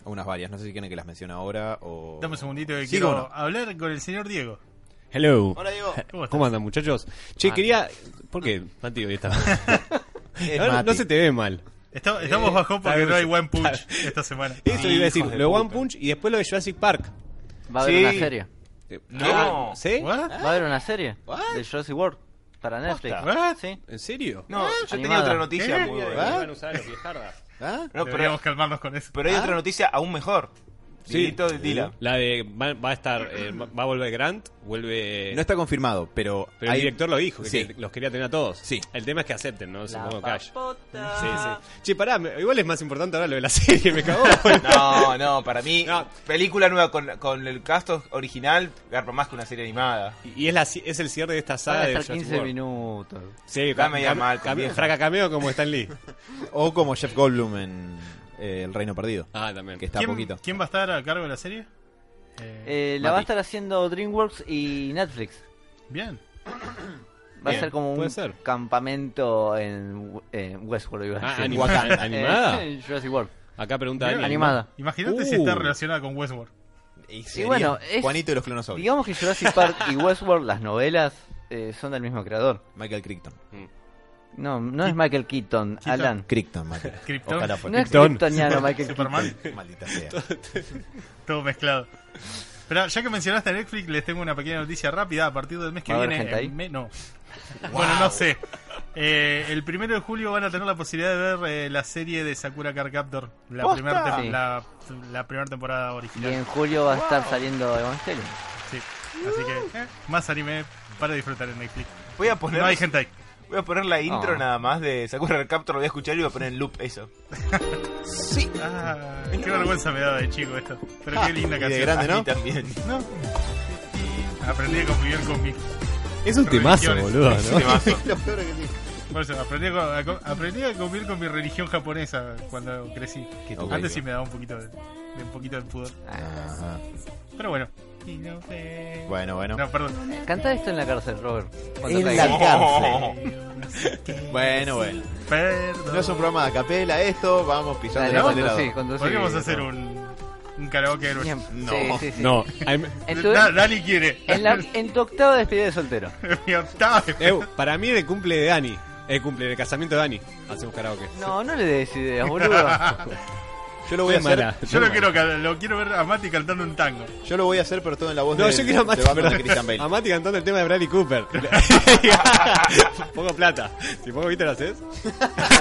S8: algunas varias, no sé si quieren que las mencione ahora o...
S3: Dame un segundito que quiero
S8: ¿Sigo o no?
S3: hablar con el señor Diego.
S6: Hello.
S5: Ahora digo,
S3: ¿Cómo estás?
S6: ¿Cómo andan, muchachos? Che,
S8: Ah.
S6: quería. ¿Por qué? Mati, hoy está.
S8: Es
S6: No, no
S8: Mati.
S6: se te ve mal.
S3: Está- estamos bajón porque
S6: claro,
S3: no hay
S6: sí.
S3: One Punch esta semana.
S6: Eso iba a decir,
S8: hijos de
S6: lo de One
S8: puta.
S6: Punch y después lo de Jurassic Park. Ah,
S4: Va a haber una
S5: Sí.
S4: serie.
S8: Eh,
S5: No.
S6: ¿Sí?
S3: ¿What?
S4: Va a haber una serie de Jurassic World para Netflix.
S3: ¿What?
S4: Sí.
S6: ¿En serio?
S5: no, yo tenía
S4: Animada.
S5: otra noticia
S3: ¿Qué?
S5: muy buena.
S8: ¿Ah?
S6: a usar los viejardas.
S8: ¿Ah?
S5: No, pero,
S3: Deberíamos calmarnos con eso.
S5: pero hay otra noticia aún mejor.
S6: Sí.
S5: Dieguito, dila.
S6: La de. Va, va a estar. eh, va va a volver Grant, vuelve.
S8: No está confirmado, pero,
S6: Eh, pero el
S8: hay-
S6: director lo dijo, que
S8: Sí.
S6: que los quería tener a todos.
S8: Sí.
S6: El tema es que acepten, ¿no? Supongo que haya.
S7: papota.
S6: Sí, sí. Che, pará, me- igual es más importante ahora lo de la serie, me cagó.
S5: No, no, para mí,
S6: No.
S5: película nueva con, con el cast original, garpa más que una serie animada.
S6: Y es, la, ci- es el cierre de esta
S4: Van
S6: saga
S4: a
S6: de
S4: estar
S6: Jurassic
S4: 15
S6: World.
S4: minutos.
S6: Sí,
S5: Está
S6: cam-
S5: media
S6: cam-
S5: mal,
S6: cam-
S5: conmigo.
S6: fraca cameo como Stan Lee.
S8: O como Jeff Goldblum en eh, El Reino Perdido,
S6: Ah, también.
S8: que está
S3: ¿Quién,
S8: poquito.
S3: quién va a estar a cargo de la serie? Eh,
S4: Eh, la va a
S8: Mati.
S4: estar haciendo DreamWorks y Netflix.
S3: bien.
S4: Va
S5: Bien,
S4: a ser como
S6: puede
S4: un
S6: ser.
S4: campamento en, en Westworld. iba a
S6: Ah,
S4: decir.
S6: anima-
S8: Wakanda.
S4: Eh,
S6: ¿Animada?
S4: en Jurassic World.
S6: Acá pregunta
S3: Bien.
S6: alguien.
S4: Animada.
S3: Imagínate si
S6: Uh.
S3: está relacionada con Westworld.
S8: Y,
S4: bueno, es-
S8: Juanito y los clonosaurios.
S4: Digamos que Jurassic Park y Westworld, las novelas, eh, son del mismo creador.
S8: Michael Crichton.
S4: No, no es Michael Keaton,
S3: Keaton.
S4: Alan.
S8: Crichton, Michael.
S3: Krypton.
S8: Ojalá fuera
S4: No es
S6: Keaton.
S4: kryptoniano Michael
S3: Superman.
S4: Keaton.
S8: Maldita sea.
S3: Todo mezclado. Pero ya que mencionaste a Netflix, les tengo una pequeña noticia rápida. A partir del mes que
S4: ¿Va a haber
S3: viene.
S4: gente ahí?
S3: en me- no. Bueno, no sé. Eh, el primero de julio van a tener la posibilidad de ver eh, la serie de Sakura Card Captor. La
S5: ¡Posta!
S3: primera
S4: Sí.
S3: la, la primera temporada
S4: Y
S3: original.
S4: en julio va a estar saliendo Evangelio.
S3: Sí. Así que eh, más anime para disfrutar en Netflix.
S5: Voy a poner,
S3: No hay gente ahí.
S5: voy a poner la intro
S4: Ah.
S5: nada más de Sakura Recaptor, lo voy a escuchar y voy a poner en loop eso.
S3: Ah, qué vergüenza me daba de chico esto. Pero qué linda
S8: y de
S3: canción.
S8: grande.
S5: A
S8: ¿no?
S5: mí también.
S3: No. Aprendí a convivir con mi.
S6: Es un temazo,
S3: Religiones.
S6: boludo, ¿no?
S5: Temazo.
S8: Lo peor es que sí.
S3: Por eso, aprendí a, co- a co- aprendí a convivir con mi religión japonesa cuando crecí.
S8: turbio.
S3: Antes sí me daba un poquito de, de un poquito de pudor.
S8: Ajá.
S3: Pero bueno. Y no sé-
S8: Bueno, bueno.
S3: No, perdón.
S4: Canta esto en la cárcel, Robert. cuando
S8: En
S4: caiga.
S8: la- Bueno, bueno.
S3: Perdón.
S8: No es un programa de acapela esto, vamos pisando
S4: Dale,
S8: la
S4: cuando
S8: bandera.
S4: sí, cuando sí.
S3: Podríamos hacer un, un karaoke héroe.
S4: Siempre.
S8: No.
S4: Sí, sí, sí.
S6: No, I'm-
S4: En tu,
S3: Da- Dani quiere.
S4: en la- en tu octava despedida de soltero.
S3: Mi octava vez.
S6: eh, para mí es el cumple de Dani. El cumple, el casamiento de Dani. Hacemos karaoke.
S4: No, no le des ideas, boludo.
S8: Yo lo voy a
S6: Qué
S8: hacer,
S6: mala.
S3: Yo lo quiero, ca- lo quiero ver a Mati cantando un tango.
S8: yo lo voy a hacer, pero todo en la voz
S6: No,
S8: de,
S6: yo quiero a
S8: de
S6: Mati,
S8: Batman
S6: perdón.
S8: de Christian Bale.
S6: a Mati cantando el tema de Bradley Cooper. pongo plata. Si pongo, ¿viste lo haces?
S4: Me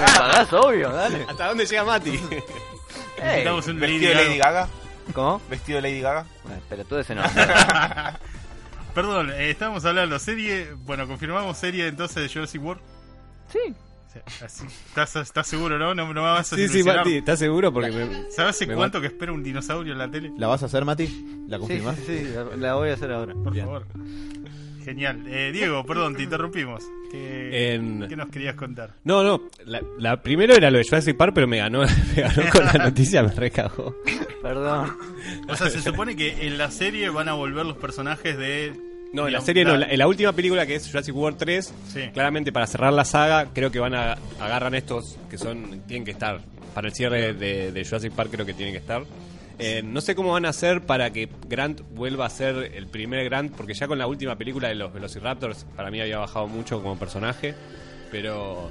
S4: pagás, obvio, dale.
S6: ¿Hasta dónde llega Mati?
S4: Ey,
S3: Necesitamos un
S5: Vestido de Lady
S3: Gaga.
S5: Gaga.
S4: ¿Cómo?
S5: Vestido de Lady Gaga.
S4: Bueno, Pero tú ese no.
S3: Perdón, eh, estábamos hablando serie. Bueno, confirmamos serie entonces de Jurassic World.
S4: Sí.
S3: Sí, así. ¿Estás, estás seguro, no? No, no me vas a
S6: sí, sí,
S3: ilusionar.
S6: Mati, ¿estás seguro? Porque me-
S3: ¿Sabes hace
S6: Me
S3: cuánto que espera un dinosaurio en la tele?
S8: ¿La vas a hacer, Mati? ¿La
S4: Sí,
S8: confirmas?
S4: sí, sí, la, la voy a hacer ahora.
S3: Por favor. Genial. Eh, Diego, perdón, te interrumpimos. ¿Qué,
S6: En-
S3: qué nos querías contar?
S6: No, no. La, la primero era lo de Jurassic Park, pero me ganó, me ganó con la noticia, me recagó.
S4: Perdón.
S3: O sea, se supone que en la serie van a volver los personajes de.
S6: No, en la
S3: digamos,
S6: serie no, la- en la última película que es Jurassic World 3,
S3: Sí.
S6: claramente para cerrar la saga, creo que van a agarran estos que son tienen que estar para el cierre de, de Jurassic Park creo que tienen que estar. Eh, no sé cómo van a hacer para que Grant vuelva a ser el primer Grant, porque ya con la última película de los Velociraptors, para mí había bajado mucho como personaje, pero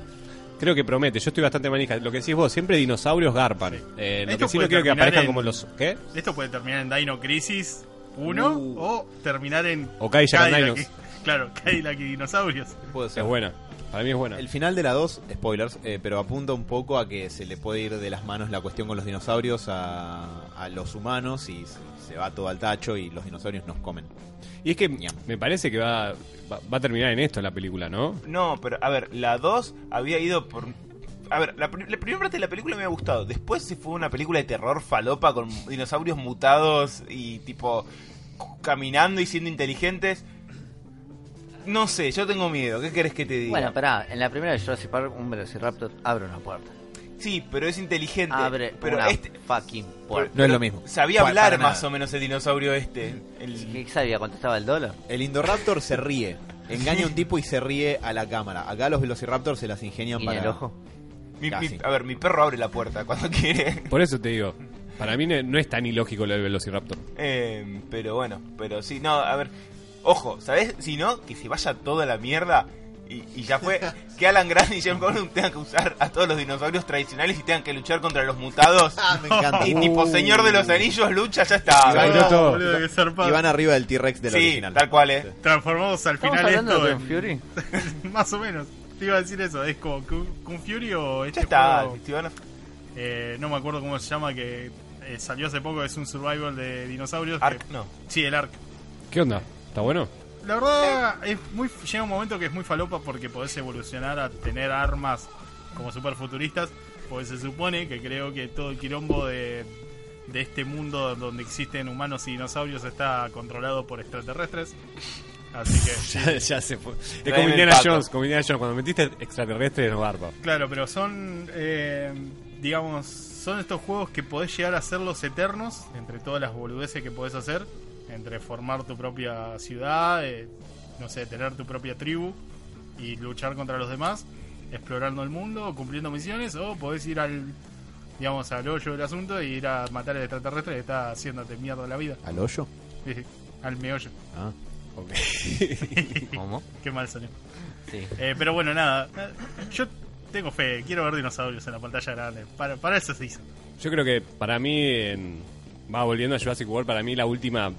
S6: creo que promete. Yo estoy bastante manija. Lo que decís vos, siempre dinosaurios garpan. Eh, lo
S3: Esto
S6: que sí no
S3: puede
S6: quiero que
S3: terminar
S6: aparezcan
S3: en-
S6: como los. ¿Qué?
S3: Esto puede terminar en Dino Crisis 1
S6: Uh.
S3: o terminar en.
S6: O Cadillac and
S3: Cadillac
S6: Dinos.
S3: y- Claro, Cadillac y dinosaurios.
S8: Puede
S6: Es
S8: ser.
S6: buena. Para mí es buena.
S8: El final de la 2, spoilers, eh, pero apunta un poco a que se le puede ir de las manos la cuestión con los dinosaurios a, a los humanos y se, se va todo al tacho y los dinosaurios nos comen.
S6: Y es que
S8: Ñam.
S6: me parece que va, va, va a terminar en esto la película, ¿no?
S5: No, pero a ver, la 2 había ido por. A ver, la, pri- la primera parte de la película me había gustado. Después se fue una película de terror falopa con dinosaurios mutados y tipo cu- caminando y siendo inteligentes. No sé, yo tengo miedo. ¿Qué querés que te diga?
S4: Bueno, pará, en la primera de Jurassic Park, un Velociraptor abre una puerta.
S5: Sí, pero es inteligente.
S4: Abre
S5: pero
S4: una
S5: este,
S4: fucking puerta.
S8: No es lo mismo.
S5: Sabía
S8: Pa-
S5: hablar
S8: para
S5: más
S8: nada.
S5: o menos el dinosaurio este. El-
S4: ¿Qué sabía cuánto estaba el dólar?
S8: El Indoraptor se ríe. Engaña a un tipo y se ríe a la cámara. Acá los Velociraptors se las ingenian
S4: Y en
S8: para.
S4: el ojo.
S5: mi- mi-
S8: Casi.
S5: a ver, mi perro abre la puerta cuando quiere.
S6: Por eso te digo, para mí no, no es tan ilógico lo del Velociraptor.
S5: Eh, pero bueno, pero sí, no, a ver. Ojo, ¿sabes? Si no, que se vaya toda la mierda. Y, y ya fue que Alan Grant y James Gordon tengan que usar a todos los dinosaurios tradicionales y tengan que luchar contra los mutados.
S8: Ah, me encanta.
S5: Y tipo, Señor de los Anillos lucha, ya está.
S8: Ahí
S6: Cabrón,
S8: va.
S6: todo.
S3: boludo, qué zarpado.
S8: Y van arriba del T-Rex del
S5: sí,
S8: original.
S5: tal cual, eh.
S3: Transformados al
S4: ¿Estamos
S3: final
S4: hablando
S3: esto
S4: de
S3: en-
S4: Kung Fury?
S3: Más o menos. Te iba a decir eso, es como Kung Kung Fury o este
S5: Ya está.
S3: juego,
S5: si van a-
S3: eh, no me acuerdo cómo se llama, que eh, salió hace poco, es un survival de dinosaurios. que-
S5: Ark, no.
S3: sí, el Ark.
S6: ¿Qué onda? ¿Está bueno?
S3: La verdad, es muy, llega un momento que es muy falopa porque podés evolucionar a tener armas como super futuristas, porque se supone que creo que todo el quilombo de, de este mundo donde existen humanos y dinosaurios está controlado por extraterrestres. Así que...
S6: ya, ya se fue. Es
S5: Traeme
S6: como
S5: el
S6: Indiana
S5: pato.
S6: Jones, como Indiana Jones. Cuando metiste extraterrestre en barba.
S3: Claro, pero son, eh, digamos, son estos juegos que podés llegar a hacerlos eternos, entre todas las boludeces que podés hacer, entre formar tu propia ciudad, eh, no sé, tener tu propia tribu y luchar contra los demás, explorando el mundo, cumpliendo misiones, o podés ir al, digamos, al hoyo del asunto y ir a matar al extraterrestre que está haciéndote mierda la vida,
S8: ¿Al hoyo?
S3: al meollo.
S8: Ah.
S4: ¿Cómo?
S3: Qué mal salió.
S4: Sí.
S3: Eh, pero bueno, nada, eh, yo tengo fe, quiero ver dinosaurios en la pantalla grande, para, para eso se hizo.
S6: Yo creo que para mí, en- va volviendo a Jurassic World, para mí la última...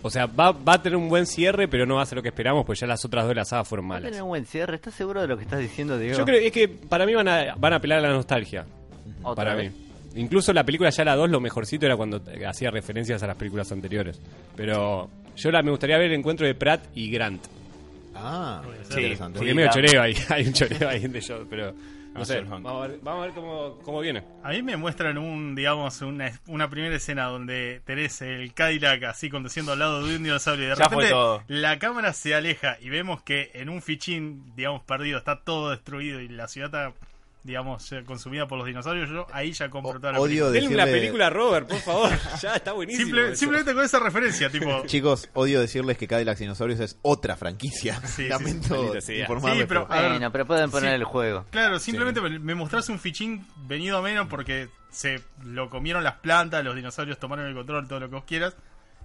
S6: O sea, va, va a tener un buen cierre, pero no va a ser lo que esperamos, pues ya las otras dos de la saga fueron
S4: Va a
S6: malas.
S4: tener un buen cierre. ¿Estás seguro de lo que estás diciendo, Diego?
S6: Yo creo es que para mí van a, van a apelar a la nostalgia.
S4: Otra
S6: para
S4: vez.
S6: mí. Incluso la película ya la 2, lo mejorcito era cuando eh, hacía referencias a las películas anteriores. Pero yo la me gustaría ver el encuentro de Pratt y Grant.
S8: Ah,
S5: Sí.
S8: interesante.
S6: Porque
S5: Sí,
S6: es medio
S5: la-
S6: choreo ahí, hay un choreo ahí de yo, pero no
S5: Ah, sí,
S6: sé.
S5: Hunt.
S6: Vamos a ver, vamos a ver cómo, cómo viene.
S3: A mí me muestran un, digamos, una, una primera escena donde tenés el Cadillac así conduciendo al lado de un dinosaurio y de
S5: Ya fue
S3: repente
S5: todo.
S3: la cámara se aleja y vemos que en un fichín, digamos, perdido, está todo destruido y la ciudad está, digamos, eh, consumida por los dinosaurios, yo ahí ya compro toda la
S8: Odio
S6: Denle una
S8: decirle-
S6: película a Robert, por favor. ya está buenísimo.
S3: película. Simple-
S6: eso.
S3: simplemente con esa referencia, tipo...
S8: Chicos, odio decirles que Cadillac Dinosaurios es otra franquicia.
S3: Sí, sí,
S8: Lamento
S6: maldita sea.
S8: informarles,
S3: Sí, pero-
S8: pero-
S3: A ver.
S4: Bueno, pero pueden poner
S3: Sí.
S4: el juego.
S3: Claro, simplemente me- me mostrás un fichín venido a menos porque se lo comieron las plantas, los dinosaurios tomaron el control, todo lo que vos quieras.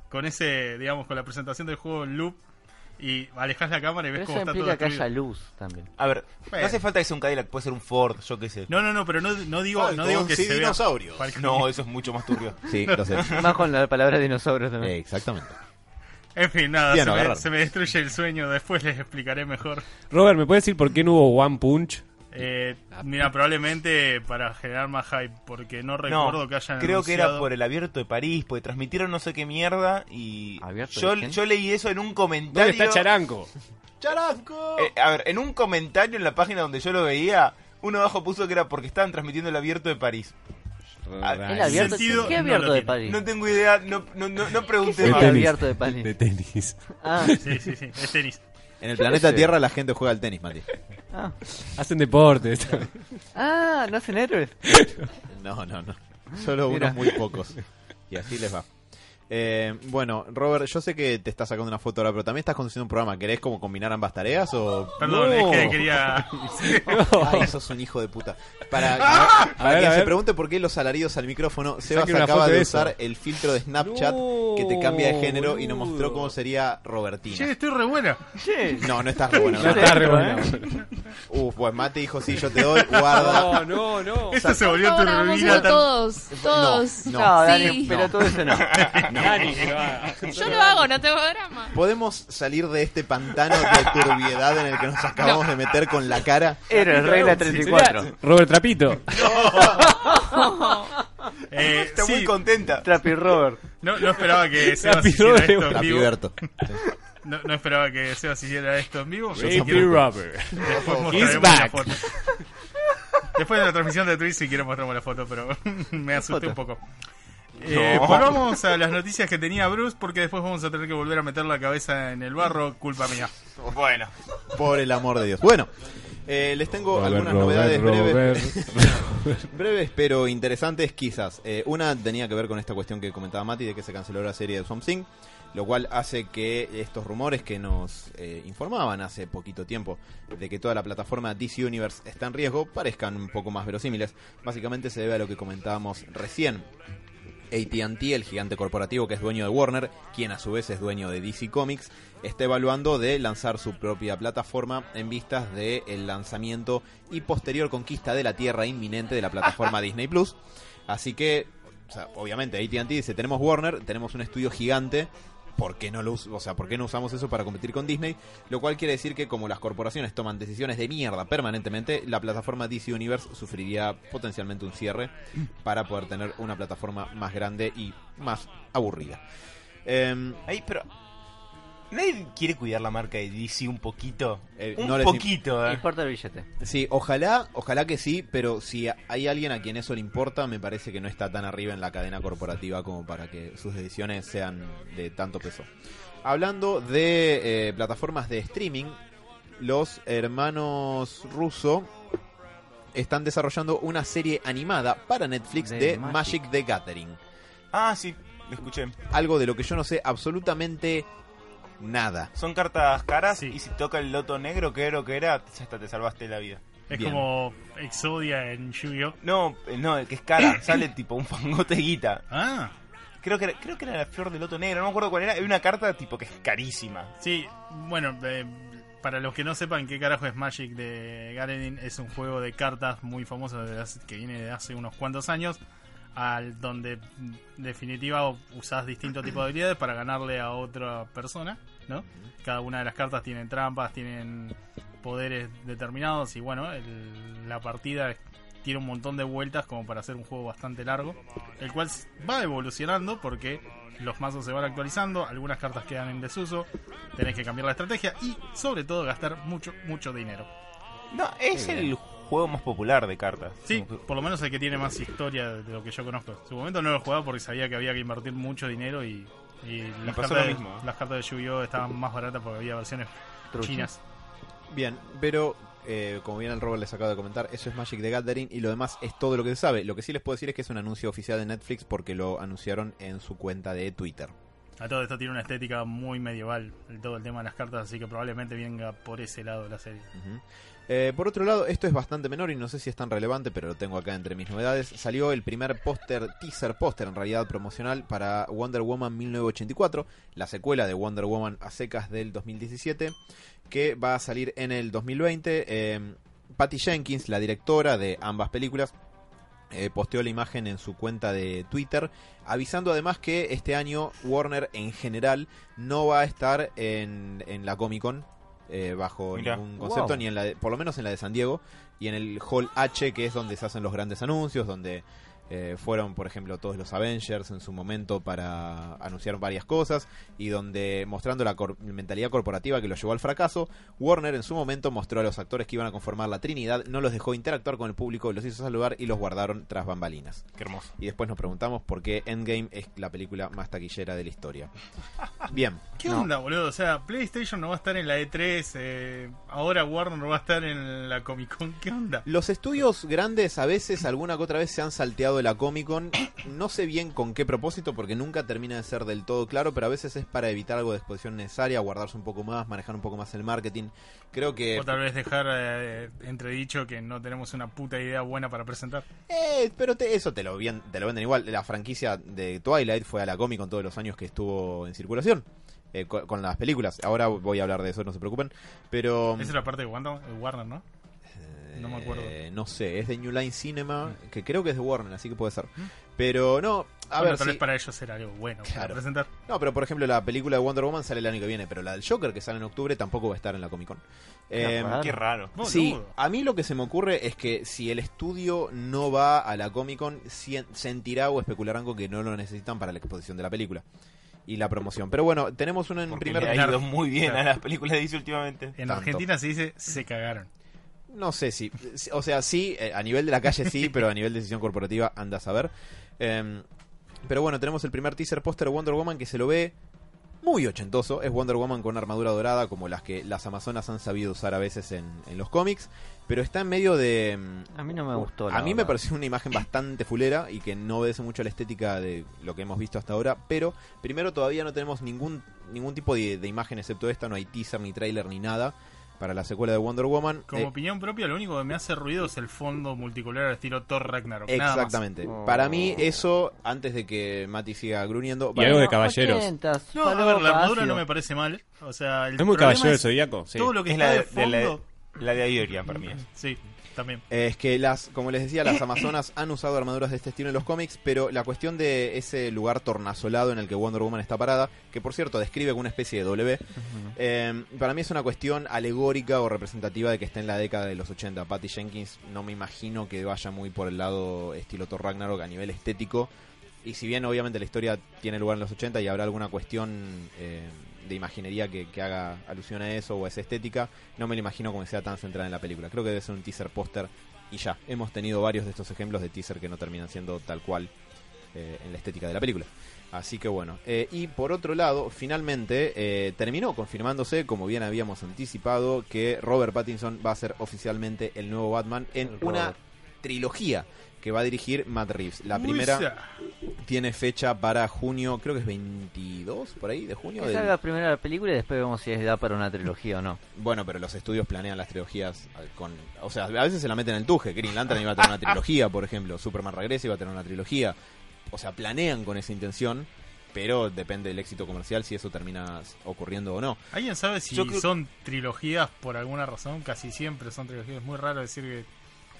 S3: Con ese, digamos, con la presentación del juego en loop y alejás la cámara y ves
S4: Pero
S3: cómo
S4: eso
S3: está todo
S4: implica que haya
S3: destruido.
S4: luz también.
S5: A ver,
S3: Bueno.
S5: no hace falta que sea un Cadillac, puede ser un Ford, yo qué sé.
S3: No, no, no, pero no, no digo, no
S8: Falcons
S3: digo que
S8: y
S3: se vea
S8: dinosaurios.
S3: Falcon.
S5: No, eso es mucho más turbio.
S8: Sí, lo sé.
S4: Más con la palabra dinosaurio también.
S8: Eh, Exactamente.
S3: En fin, nada,
S8: Bien,
S3: se, me,
S8: agarrar.
S3: se me destruye el sueño, después les explicaré mejor.
S6: Robert, ¿me puedes decir por qué no hubo One Punch?
S3: Eh,
S4: Ah.
S3: mira, probablemente para generar más hype, porque
S5: No,
S3: no recuerdo que hayan
S5: creo que era
S3: anunciado-
S5: por el abierto de París, porque transmitieron no sé qué mierda y
S4: ¿Abierto
S5: yo,
S4: de quién?
S5: yo leí eso en un comentario.
S6: ¿Dónde está Charanco?
S8: ¡Charanco!
S5: Eh, a ver, en un comentario en la página donde yo lo veía, uno abajo puso que era porque estaban transmitiendo el abierto de París.
S8: Ah,
S4: ¿El
S6: Raro.
S4: abierto?
S3: sentido,
S4: ¿Qué
S3: no
S4: abierto
S3: lo
S4: de
S3: tiene.
S4: París?
S5: No tengo idea, no, no, no, no pregunté
S6: Este
S4: ¿Qué
S5: más.
S4: fue? abierto de París.
S6: De tenis.
S4: Ah,
S3: Sí, sí, sí, es tenis.
S8: En el
S4: Yo
S8: planeta
S4: qué sé.
S8: Tierra la gente juega al tenis, Mati.
S4: ah.
S6: Hacen deporte.
S4: Ah, no hacen héroes.
S8: No, no, no. Solo
S4: Mira.
S8: unos muy pocos. Y así les va. Eh, bueno, Robert, yo sé que te estás sacando una foto ahora, pero también estás conduciendo un programa. ¿Querés como combinar ambas tareas o...?
S3: Perdón,
S6: No.
S3: es que quería.
S8: Ay, sos un hijo de puta. Para, para
S6: A ver,
S8: quien
S6: a
S8: se
S6: ver.
S8: pregunte por qué los alaridos al micrófono, Sebas
S6: Saquen una
S8: acaba
S6: foto
S8: de
S6: de
S8: usar
S6: eso.
S8: el filtro de Snapchat
S6: No,
S8: que te cambia de género y nos mostró
S6: boludo.
S8: cómo sería Robertina.
S3: Che, estoy re buena.
S4: Che,
S8: No, no estás re bueno.
S6: No está re bueno.
S4: ¿eh?
S8: Uf, pues Mate dijo, sí, yo te doy, guarda.
S6: No, no, no.
S3: Esto se
S7: Por
S3: volvió
S7: favor, hagamos
S3: turbina
S7: uno
S3: tan-
S7: todos, todos.
S4: no,
S8: No, no.
S4: Dani,
S7: Sí.
S4: pero todo eso no.
S6: Dani que lo haga.
S7: Yo lo hago, no tengo drama.
S8: ¿Podemos salir de este pantano de turbiedad en el que nos acabamos de meter con la cara?
S4: Héroes, regla 34.
S6: Sería Robert Trapito.
S3: Eh,
S5: Está
S3: sí,
S5: muy contenta.
S4: Trappy Robert.
S3: no, no esperaba que Sebas
S6: Trapi
S3: hiciera
S6: Robert.
S3: esto en
S8: Trapi
S3: vivo.
S8: Berto.
S3: No, no esperaba que Sebas hiciera esto en vivo. pero si
S6: Baby
S3: quiero-
S6: Robert.
S3: Después
S6: He's
S3: mostraremos la
S6: back.
S3: foto. Después de la transmisión de Twitch, si quiero mostraremos la foto, pero me asusté un poco. Eh,
S5: No.
S3: Volvamos a las noticias que tenía Bruce, porque después vamos a tener que volver a meter la cabeza en el barro, culpa mía.
S5: Bueno,
S8: Por el amor de Dios. Bueno, eh, les tengo algunas novedades breves. Breves pero interesantes quizás. Eh, una tenía que ver con esta cuestión que comentaba Mati de que se canceló la serie de Something, lo cual hace que estos rumores que nos eh, informaban hace poquito tiempo de que toda la plataforma DC Universe está en riesgo parezcan un poco más verosímiles. Básicamente se debe a lo que comentábamos recién. ATT, el gigante corporativo que es dueño de Warner, quien a su vez es dueño de DC Comics, está evaluando de lanzar su propia plataforma en vistas del lanzamiento y posterior conquista de la tierra inminente de la plataforma Disney Plus. Así que, o sea, obviamente, ATT dice: Tenemos Warner, tenemos un estudio gigante. ¿Por qué, no lo us- o sea, ¿Por qué no usamos eso para competir con Disney? Lo cual quiere decir que como las corporaciones toman decisiones de mierda permanentemente, la plataforma DC Universe sufriría potencialmente un cierre para poder tener una plataforma más grande y más aburrida. Em,
S5: ahí, pero. ¿Nadie quiere cuidar la marca de DC un poquito?
S8: Eh,
S5: un
S8: no les-
S5: poquito, eh.
S4: Importa el billete.
S8: sí, ojalá, ojalá que sí, pero si a- hay alguien a quien eso le importa, me parece que no está tan arriba en la cadena corporativa como para que sus decisiones sean de tanto peso. Hablando de eh, plataformas de streaming, los hermanos ruso están desarrollando una serie animada para Netflix
S4: De
S8: de,
S4: Magic.
S8: Magic the Gathering.
S5: Ah, sí, lo escuché.
S8: Algo de lo que yo no sé absolutamente nada.
S5: Son cartas caras
S3: Sí.
S5: y si toca el loto negro, que era lo que era, ya hasta te salvaste la vida.
S3: Es
S8: Bien.
S3: como Exodia en Yu-Gi-Oh!
S5: No, eh, no, el que es cara, sale tipo un fangote de guita.
S3: Ah,
S5: Creo que, era, creo que era la flor del loto negro, no me acuerdo cuál era. Hay una carta tipo que es carísima.
S3: sí, bueno, eh, para los que no sepan qué carajo es Magic de Garenin, es un juego de cartas muy famoso desde hace- que viene de hace unos cuantos años, al donde en definitiva usás distintos tipos de habilidades para ganarle a otra persona, ¿no? Cada una de las cartas tienen trampas, tienen poderes determinados y bueno, el- la partida es- tiene un montón de vueltas como para hacer un juego bastante largo, el cual s- va evolucionando porque los mazos se van actualizando, algunas cartas quedan en desuso, tenés que cambiar la estrategia y sobre todo gastar mucho, mucho dinero.
S5: No, es el juego más popular de cartas.
S3: Sí,
S5: Como que-
S3: por lo menos el que tiene más historia de lo que yo conozco. En su momento no lo jugaba porque sabía que había que invertir mucho dinero y, y las,
S5: pasó
S3: cartas
S5: lo
S3: de,
S5: mismo, ¿eh?
S3: las cartas de Yu-Gi-Oh estaban más baratas porque había versiones chinas.
S8: Bien, pero eh, como bien el Robert les acaba de comentar, eso es Magic the Gathering y lo demás es todo lo que se sabe. Lo que sí les puedo decir es que es un anuncio oficial de Netflix porque lo anunciaron en su cuenta de Twitter.
S3: A todo esto tiene una estética muy medieval, el- todo el tema de las cartas, así que probablemente venga por ese lado la serie.
S8: Ujú. Eh, por otro lado, esto es bastante menor y no sé si es tan relevante, pero lo tengo acá entre mis novedades. Salió el primer póster, teaser póster en realidad promocional para Wonder Woman 1984, la secuela de Wonder Woman a secas del 2017, que va a salir en el 2020. Eh, Patty Jenkins, la directora de ambas películas, eh, posteó la imagen en su cuenta de Twitter, avisando además que este año Warner en general no va a estar en, en la Comic Con eh, bajo
S5: Mirá.
S8: ningún concepto,
S4: Wow.
S8: ni en la de- por lo menos en la de San Diego, y en el Hall H, que es donde se hacen los grandes anuncios, donde eh, fueron, por ejemplo, todos los Avengers en su momento para anunciar varias cosas y donde, mostrando la cor- mentalidad corporativa que los llevó al fracaso, Warner en su momento mostró a los actores que iban a conformar la Trinidad, no los dejó interactuar con el público, los hizo saludar y los guardaron tras bambalinas.
S5: Qué hermoso.
S8: Y después nos preguntamos por qué Endgame es la película más taquillera de la historia. Bien,
S3: ¿Qué
S4: No.
S3: onda, boludo? O sea, PlayStation no va a estar en la E3, eh, ahora Warner no va a estar en la Comic Con, ¿qué onda?
S8: los estudios grandes a veces, alguna que otra vez, se han salteado de la Comic Con. No sé bien con qué propósito, porque nunca termina de ser del todo claro, pero a veces es para evitar algo de exposición necesaria, guardarse un poco más, manejar un poco más el marketing. Creo que.
S3: O tal vez dejar eh, entredicho que no tenemos una puta idea buena para presentar.
S8: Eh, pero te- eso te lo, bien- te lo venden igual. La franquicia de Twilight fue a la Comic Con todos los años que estuvo en circulación. eh, co- con, las películas. Ahora voy a hablar de eso, no se preocupen. Pero.
S3: Esa es la parte de Wanda- de Warner, ¿no? No me acuerdo.
S8: eh, no sé, es de New Line Cinema, que creo que es de Warner, así que puede ser. Pero no, a
S3: ¿Mm? Bueno,
S8: ver.
S3: tal
S8: si-
S3: vez para ellos era algo bueno
S8: Claro.
S3: para presentar.
S8: No, pero por ejemplo, la película de Wonder Woman sale el año que viene, pero la del Joker que sale en octubre tampoco va a estar en la Comic Con.
S4: Qué
S8: Em,
S3: Ah,
S4: raro.
S5: Qué raro.
S3: Boludo.
S8: Sí, a mí lo que se me ocurre es que si el estudio no va a la Comic Con, sien- sentirá o especularán con que no lo necesitan para la exposición de la película y la promoción. Pero bueno, tenemos uno en
S5: Porque le ha
S8: primer...
S3: ahí-
S5: ido muy bien
S3: Claro.
S5: a las películas de DC últimamente.
S3: En
S8: Tanto.
S3: Argentina se dice se cagaron.
S8: No sé si... O sea, sí, eh, a nivel de la calle sí, pero a nivel de decisión corporativa anda a saber. Em, pero bueno, tenemos el primer teaser póster de Wonder Woman que se lo ve muy ochentoso. Es Wonder Woman con armadura dorada, como las que las Amazonas han sabido usar a veces en, en los cómics. Pero está en medio de. mm,
S4: A mí no me
S8: u-
S4: gustó, la
S8: A mí me
S4: verdad.
S8: pareció una imagen bastante fulera y que no obedece mucho a la estética de lo que hemos visto hasta ahora. Pero primero, todavía no tenemos ningún, ningún tipo de, de imagen excepto esta. No hay teaser, ni trailer, ni nada para la secuela de Wonder Woman.
S3: Como
S8: Eh,
S3: opinión propia, lo único que me hace ruido es el fondo multicolor al estilo Thor Ragnarok. nada más.
S8: Exactamente.
S4: Oh.
S8: Para mí, eso, antes de que Mati siga gruñendo.
S6: Y
S8: para
S6: algo
S8: mí-
S6: de caballeros.
S4: Ochentas,
S3: No, a
S4: falopa,
S3: ver, la armadura
S4: ácido.
S3: no me parece mal. O sea, el
S6: Es muy
S3: problema
S6: caballero del
S3: es
S6: zodíaco. Sí.
S3: Todo lo que
S5: Es
S3: está
S5: la
S3: de,
S5: de, de la,
S3: fondo.
S5: la de Ayorian para mí. es.
S3: Sí, también.
S8: Es que las, como les decía, las Amazonas han usado armaduras de este estilo en los cómics, pero la cuestión de ese lugar tornasolado en el que Wonder Woman está parada, que por cierto describe como una especie de W, eh, para mí es una cuestión alegórica o representativa de que está en la década de los 80. Patty Jenkins no me imagino que vaya muy por el lado estilo Thor Ragnarok a nivel estético. Y si bien obviamente la historia tiene lugar en los 80 y habrá alguna cuestión eh, de imaginería que, que haga alusión a eso o a esa estética, no me lo imagino como que sea tan centrada en la película. Creo que debe ser un teaser póster y ya. Hemos tenido varios de estos ejemplos de teaser que no terminan siendo tal cual eh, en la estética de la película. Así que bueno. Eh, y por otro lado, finalmente eh, terminó confirmándose, como bien habíamos anticipado, que Robert Pattinson va a ser oficialmente el nuevo Batman en
S4: El
S8: una
S4: Robert.
S8: trilogía que va a dirigir Matt Reeves. La
S3: Uy,
S8: primera
S3: sa-
S8: tiene fecha para junio, creo que es 22 por ahí de junio.
S4: Que
S8: del-
S4: salga primero la película y después vemos si es da para una trilogía o no.
S8: Bueno, pero los estudios planean las trilogías eh, con, o sea, a veces se la meten en el tuje. Green Lantern iba a tener una trilogía, por ejemplo, Superman regresa iba a tener una trilogía. O sea, planean con esa intención, pero depende del éxito comercial si eso termina ocurriendo o no.
S3: ¿Alguien sabe si
S5: Yo creo-
S3: son trilogías por alguna razón? Casi siempre son trilogías. Es muy raro decir que.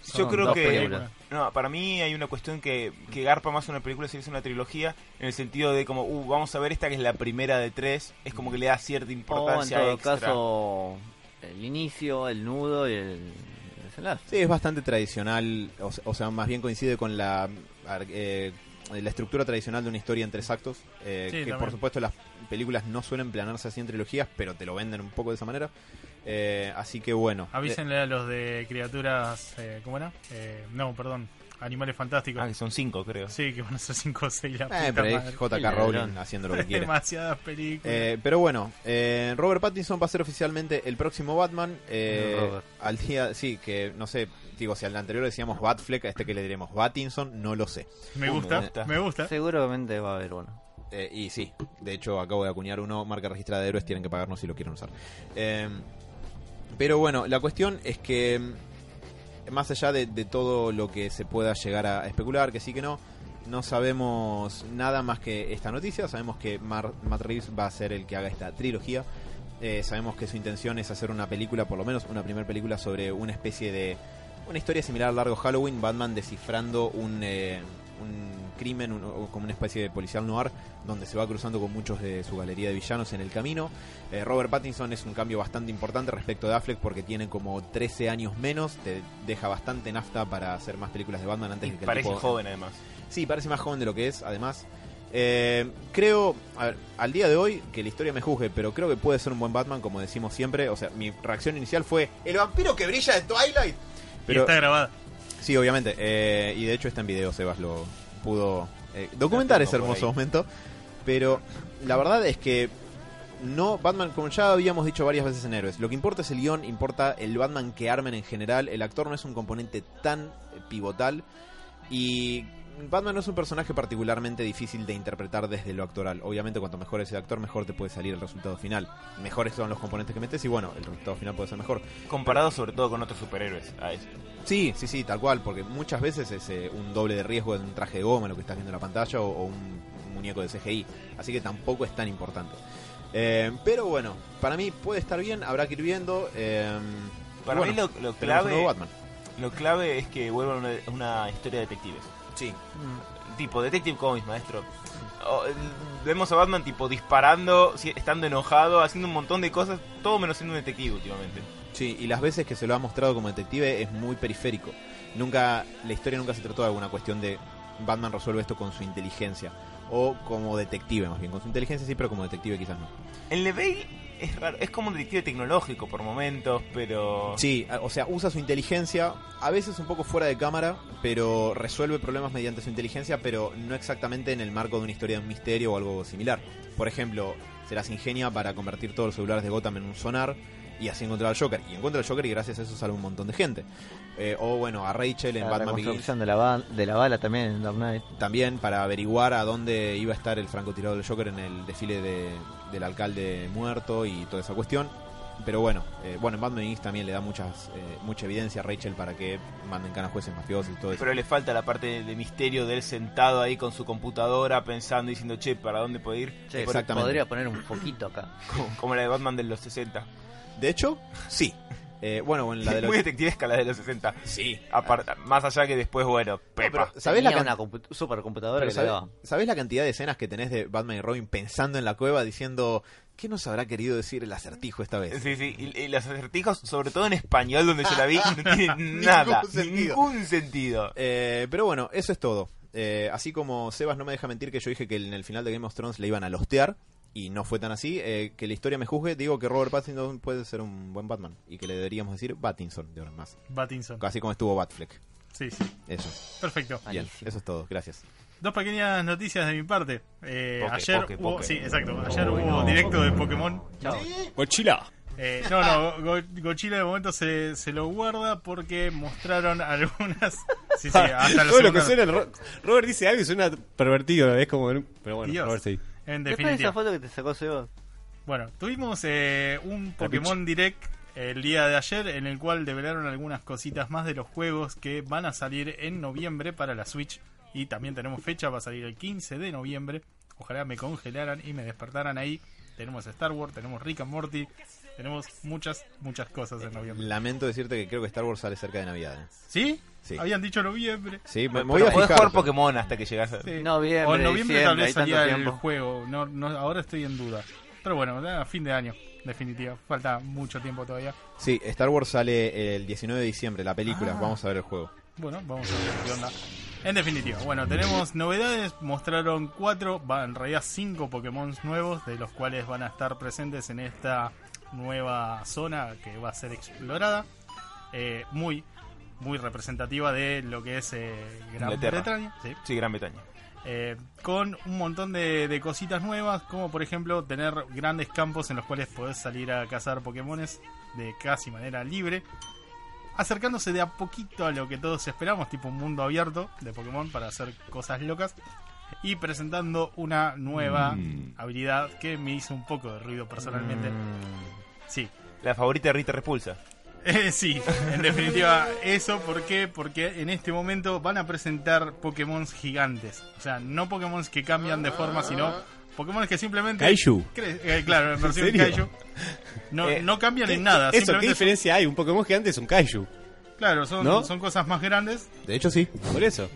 S5: Yo
S4: Son
S5: creo
S4: dos
S5: que
S4: películas.
S5: No, para mí hay una cuestión que, que garpa más una película si es una trilogía, en el sentido de como, uh, vamos a ver esta que es la primera de tres, es como que le da cierta
S4: O Oh, en
S5: importancia
S4: todo
S5: extra.
S4: caso, el inicio, el nudo y el desenlace.
S8: Sí, es bastante tradicional, o, se- o sea, más bien coincide con la, ar- eh, la estructura tradicional de una historia en tres actos, eh,
S3: Sí,
S8: que por
S3: también.
S8: supuesto las películas no suelen planearse así en trilogías, pero te lo venden un poco de esa manera. Eh, así que bueno. eh,
S3: Avísenle a los de criaturas. eh, ¿Cómo era? Eh, no, perdón. Animales fantásticos.
S5: Ah, que son cinco, creo.
S3: Sí, que van a ser 5 o 6 la
S8: Eh,
S3: puta
S8: pero es
S3: madre.
S8: JK Rowling
S4: Ladrón.
S8: haciendo lo que quiere.
S3: Demasiadas películas.
S8: Eh, pero bueno, eh, Robert Pattinson va a ser oficialmente el próximo Batman. eh,
S4: No, Robert.
S8: al día, sí, que no sé, digo, si al anterior decíamos Batfleck, a este que le diremos Battinson, no lo sé.
S3: me
S5: me gusta.
S3: gusta, me gusta.
S4: Seguramente va a haber uno.
S8: Eh, y sí, de hecho acabo de acuñar uno, marca registrada de héroes, tienen que pagarnos si lo quieren usar. Eh, pero bueno, la cuestión es que mm, más allá de, de todo lo que se pueda llegar a especular, que sí que no, no sabemos nada más que esta noticia, sabemos que Mar- Matt Reeves va a ser el que haga esta trilogía. Eh, sabemos que su intención es hacer una película, por lo menos una primera película sobre una especie de... Una historia similar a Largo Halloween, Batman descifrando un, eh, un crimen, un- o como una especie de policial noir, donde se va cruzando con muchos de su galería de villanos en el camino. Eh, Robert Pattinson es un cambio bastante importante respecto de Affleck porque tiene como 13 años menos, te deja bastante nafta para hacer más películas de Batman antes
S5: Y
S8: de que el
S5: parece
S8: tipo-
S5: joven además.
S8: Sí, parece más joven de lo que es, además. Eh, creo, a ver, al día de hoy, que la historia me juzgue, pero creo que puede ser un buen Batman, como decimos siempre. O sea, mi reacción inicial fue: ¡El vampiro que brilla de Twilight!
S3: Y está grabada.
S8: Sí, obviamente. Eh, y de hecho está en video, Sebas lo pudo eh, documentar
S5: Ya
S8: ese
S5: tengo por
S8: hermoso
S5: ahí.
S8: momento. Pero la verdad es que no, Batman, como ya habíamos dicho varias veces en Héroes, lo que importa es el guión, importa el Batman que armen en general. El actor no es un componente tan pivotal. eh, Y Batman no es un personaje particularmente difícil de interpretar desde lo actoral. Obviamente, cuanto mejor es el actor, mejor te puede salir el resultado final. Mejores son los componentes que metes y bueno, el resultado final puede ser mejor.
S5: Comparado sobre todo con otros superhéroes. a eso.
S8: Sí, sí, sí, tal cual, porque muchas veces es eh, un doble de riesgo de un traje de goma lo que estás viendo en la pantalla o, o un muñeco de CGI, así que tampoco es tan importante. Eh, pero bueno, para mí puede estar bien, habrá que ir viendo. eh,
S5: Para
S8: bueno,
S5: mí lo, lo
S8: tenemos un nuevo
S5: clave
S8: Batman.
S5: lo clave es que vuelva una, una historia de detectives.
S8: Sí,
S5: Tipo, Detective Comics, maestro. O, eh, vemos a Batman tipo disparando, si- estando enojado, haciendo un montón de cosas, todo menos siendo un detective últimamente.
S8: Sí, y las veces que se lo ha mostrado como detective es muy periférico. Nunca, la historia nunca se trató de alguna cuestión de Batman resuelve esto con su inteligencia. O como detective, más bien. Con su inteligencia sí, pero como detective quizás no.
S5: El de Bale es raro, es como un detective tecnológico por momentos, pero...
S8: Sí, a- o sea, usa su inteligencia, a veces un poco fuera de cámara, pero resuelve problemas mediante su inteligencia, pero no exactamente en el marco de una historia de un misterio o algo similar. Por ejemplo, se las ingenia para convertir todos los celulares de Gotham en un sonar y así encontrar al Joker. Y encuentra al Joker y gracias a eso salva un moón de gente. Eh, o bueno, a Rachel en
S4: La
S8: Batman Begins
S4: reconstrucción de la, ba- de la bala también en Dark Knight.
S8: también para averiguar a dónde iba a estar el francotirador del Joker en el desfile de- del alcalde muerto y toda esa cuestión. Pero bueno, eh, bueno, en Batman Begins también le da muchas, eh, mucha evidencia a Rachel para que manden canas jueces mafiosos y todo eso.
S5: Pero le falta la parte de, de misterio de él sentado ahí con su computadora pensando y diciendo, che, ¿para dónde puedo ir?
S4: Che,
S8: Exactamente.
S4: Podría poner un poquito acá.
S5: Como, como la de Batman de los 60.
S8: De hecho, sí. Eh, bueno, en la de los...
S5: Muy detectivesca la de los 60.
S8: Sí.
S5: Apar- más allá que después, bueno, Pepa.
S8: ¿Sabés la,
S4: Tenía
S8: can-
S4: una compu- supercomputadora
S8: Pero
S4: que le
S8: sabe-
S4: daba.
S8: ¿Sabés la cantidad de escenas que tenés de Batman y Robin pensando en la cueva diciendo qué nos habrá querido decir el acertijo esta vez?
S5: Sí, sí, y, y los acertijos, sobre todo en español, donde yo la vi, no tienen nada,
S8: Ningún sentido.
S5: ningún sentido.
S8: Eh, pero bueno, eso es todo. Eh, así como Sebas no me deja mentir que yo dije que en el final de Game of Thrones le iban a lostear y no fue tan así, eh, que la historia me juzgue, digo que Robert Pattinson puede ser un buen Batman y que le deberíamos decir Pattinson de ahora en más.
S3: Batinson.
S8: Así como estuvo Batfleck.
S3: Sí, sí.
S8: Eso.
S3: Perfecto.
S8: Bien,
S4: Malísimo.
S8: eso es todo. Gracias.
S3: Dos pequeñas noticias de mi parte. Eh,
S5: Poke,
S3: ayer
S5: poke,
S3: hubo,
S5: poke.
S3: sí, exacto. Ayer hubo directo de Pokémon.
S4: Chao.
S6: Mochila.
S3: Eh, no, no, Go- Godzilla de momento se, se lo guarda porque mostraron algunas. Sí, sí, hasta la
S6: Todo lo que
S3: segunda-
S6: suena. Ro- Robert dice algo y suena pervertido. Es como. Pero bueno,
S3: Dios.
S6: Robert sí.
S3: En
S4: Después de esa
S3: definitiva.
S4: foto que te sacó Seba.
S3: Bueno, tuvimos eh, un Pokémon Direct el día de ayer en el cual develaron algunas cositas más de los juegos que van a salir en noviembre para la Switch y también tenemos fecha, va a salir el 15 de noviembre. Ojalá me congelaran y me despertaran ahí. Tenemos Star Wars, tenemos Rick and Morty, tenemos muchas, muchas cosas en noviembre.
S8: Lamento decirte que creo que Star Wars sale cerca de Navidad. ¿eh?
S3: ¿Sí?
S8: Sí.
S3: Habían dicho noviembre.
S8: Sí, me, me voy
S5: Pero
S8: a
S5: podés
S8: fijar.
S5: jugar Pokémon hasta que llegas a...
S3: Sí.
S4: Noviembre,
S3: o en noviembre tal
S4: diciembre,
S3: vez
S4: hay tanto
S3: salía el
S4: tiempo.
S3: juego. No, no, ahora estoy en duda. Pero bueno, a fin de año, definitiva. Falta mucho tiempo todavía.
S8: Sí, Star Wars sale el 19 de diciembre, la
S5: Ah.
S8: película. Vamos a ver el juego.
S3: Bueno, vamos a ver qué onda. En definitiva, bueno, tenemos novedades. Mostraron cuatro, va, en realidad cinco Pokémon nuevos, de los cuales van a estar presentes en esta nueva zona que va a ser explorada. Eh, muy, muy representativa de lo que es eh, Gran
S5: Inglaterra.
S3: Bretaña. Sí.
S5: Sí, Gran Bretaña.
S3: Eh, con un montón de, de cositas nuevas, como por ejemplo tener grandes campos en los cuales podés salir a cazar Pokémones de casi manera libre, acercándose de a poquito a lo que todos esperamos, tipo un mundo abierto de Pokémon para hacer cosas locas, y presentando una nueva habilidad que me hizo un poco de ruido personalmente.
S5: Mm.
S3: Sí,
S5: La favorita de Rita Repulsa.
S3: eh, sí, en definitiva, eso, ¿por qué? Porque en este momento van a presentar Pokémon gigantes. O sea, no Pokémon que cambian de forma, sino Pokémon que simplemente.
S6: Kaiju.
S3: cre- eh, claro, en versión
S6: serio?
S3: Kaiju. No,
S5: Eh,
S3: no cambian en nada.
S6: Eso, ¿qué
S3: simplemente son-
S6: diferencia hay? Un Pokémon gigante es un Kaiju.
S3: claro, son,
S6: ¿No?
S3: son cosas más grandes.
S8: De hecho, sí.
S6: Por eso.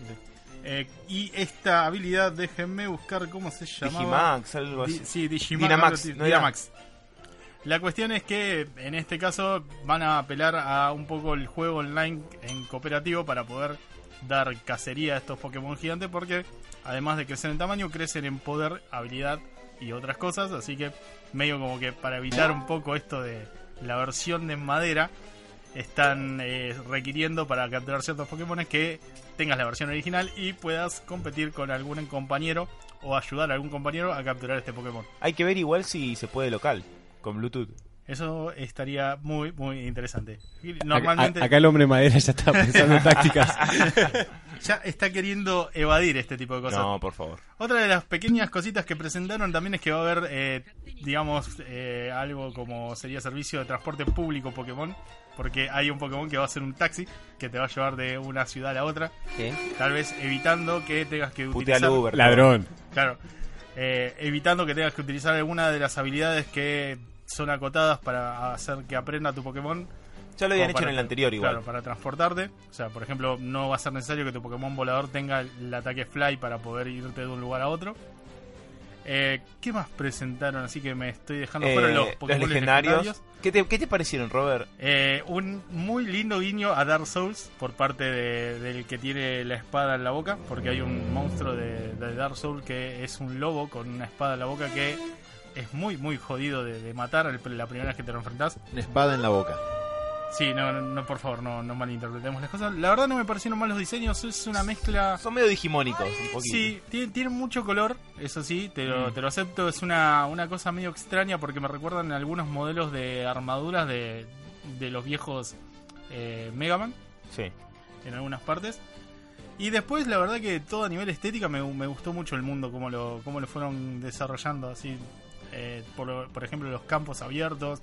S3: Eh, y esta habilidad, déjenme buscar cómo se llamaba.
S5: Digimax, algo así.
S3: Di- sí, Digimon,
S5: Dynamax,
S3: algo así,
S5: ¿no era?
S3: Dynamax. La cuestión es que en este caso van a apelar a un poco el juego online en cooperativo para poder dar cacería a estos Pokémon gigantes porque además de crecer en tamaño crecen en poder, habilidad y otras cosas, así que medio como que para evitar un poco esto de la versión de madera están eh, requiriendo para capturar ciertos Pokémon que tengas la versión original y puedas competir con algún compañero o ayudar a algún compañero a capturar este Pokémon.
S5: Hay que ver igual si se puede local, con Bluetooth.
S3: Eso estaría muy, muy interesante. Y Normalmente
S6: Acá, acá el hombre madera ya está pensando en tácticas.
S3: ya está queriendo evadir este tipo de cosas.
S5: No, por favor.
S3: Otra de las pequeñas cositas que presentaron también es que va a haber, eh, digamos, eh, algo como sería servicio de transporte público Pokémon, porque hay un Pokémon que va a ser un taxi que te va a llevar de una ciudad a la otra,
S4: Sí.
S3: tal vez evitando que tengas que
S5: Putea al
S3: utilizar,
S5: Uber.
S6: Ladrón.
S3: claro, eh, evitando que tengas que utilizar alguna de las habilidades que son acotadas para hacer que aprenda tu Pokémon.
S5: Ya lo habían
S3: como
S5: hecho en
S3: para-
S5: el anterior igual.
S3: Claro, para transportarte. O sea, por ejemplo, no va a ser necesario que tu Pokémon volador tenga el ataque Fly para poder irte de un lugar a otro. Eh, ¿Qué más presentaron? Así que me estoy dejando
S5: Eh,
S3: fuera los
S5: los,
S3: Pokémon
S5: legendarios.
S3: legendarios.
S5: ¿Qué, te, ¿Qué te parecieron, Robert?
S3: Eh, un muy lindo guiño a Dark Souls por parte de- del que tiene la espada en la boca, porque hay un monstruo de, de Dark Souls que es un lobo con una espada en la boca que es muy, muy jodido de, de matar el- la primera vez que te lo enfrentás.
S8: Una espada en la boca.
S3: Sí, no, no, no, por favor, no, no malinterpretemos las cosas. La verdad no me parecieron mal los diseños, es una mezcla...
S5: Son medio digimónicos, un poquito.
S3: Sí, tiene, tiene mucho color, eso sí, te lo, te lo acepto. Es una, una cosa medio extraña porque me recuerdan algunos modelos de armaduras de, de los viejos eh, Mega Man
S5: Sí.
S3: en algunas partes. Y después, la verdad que todo a nivel estética me, me gustó mucho el mundo, cómo lo, cómo lo fueron desarrollando, así, eh, por, por ejemplo, los campos abiertos,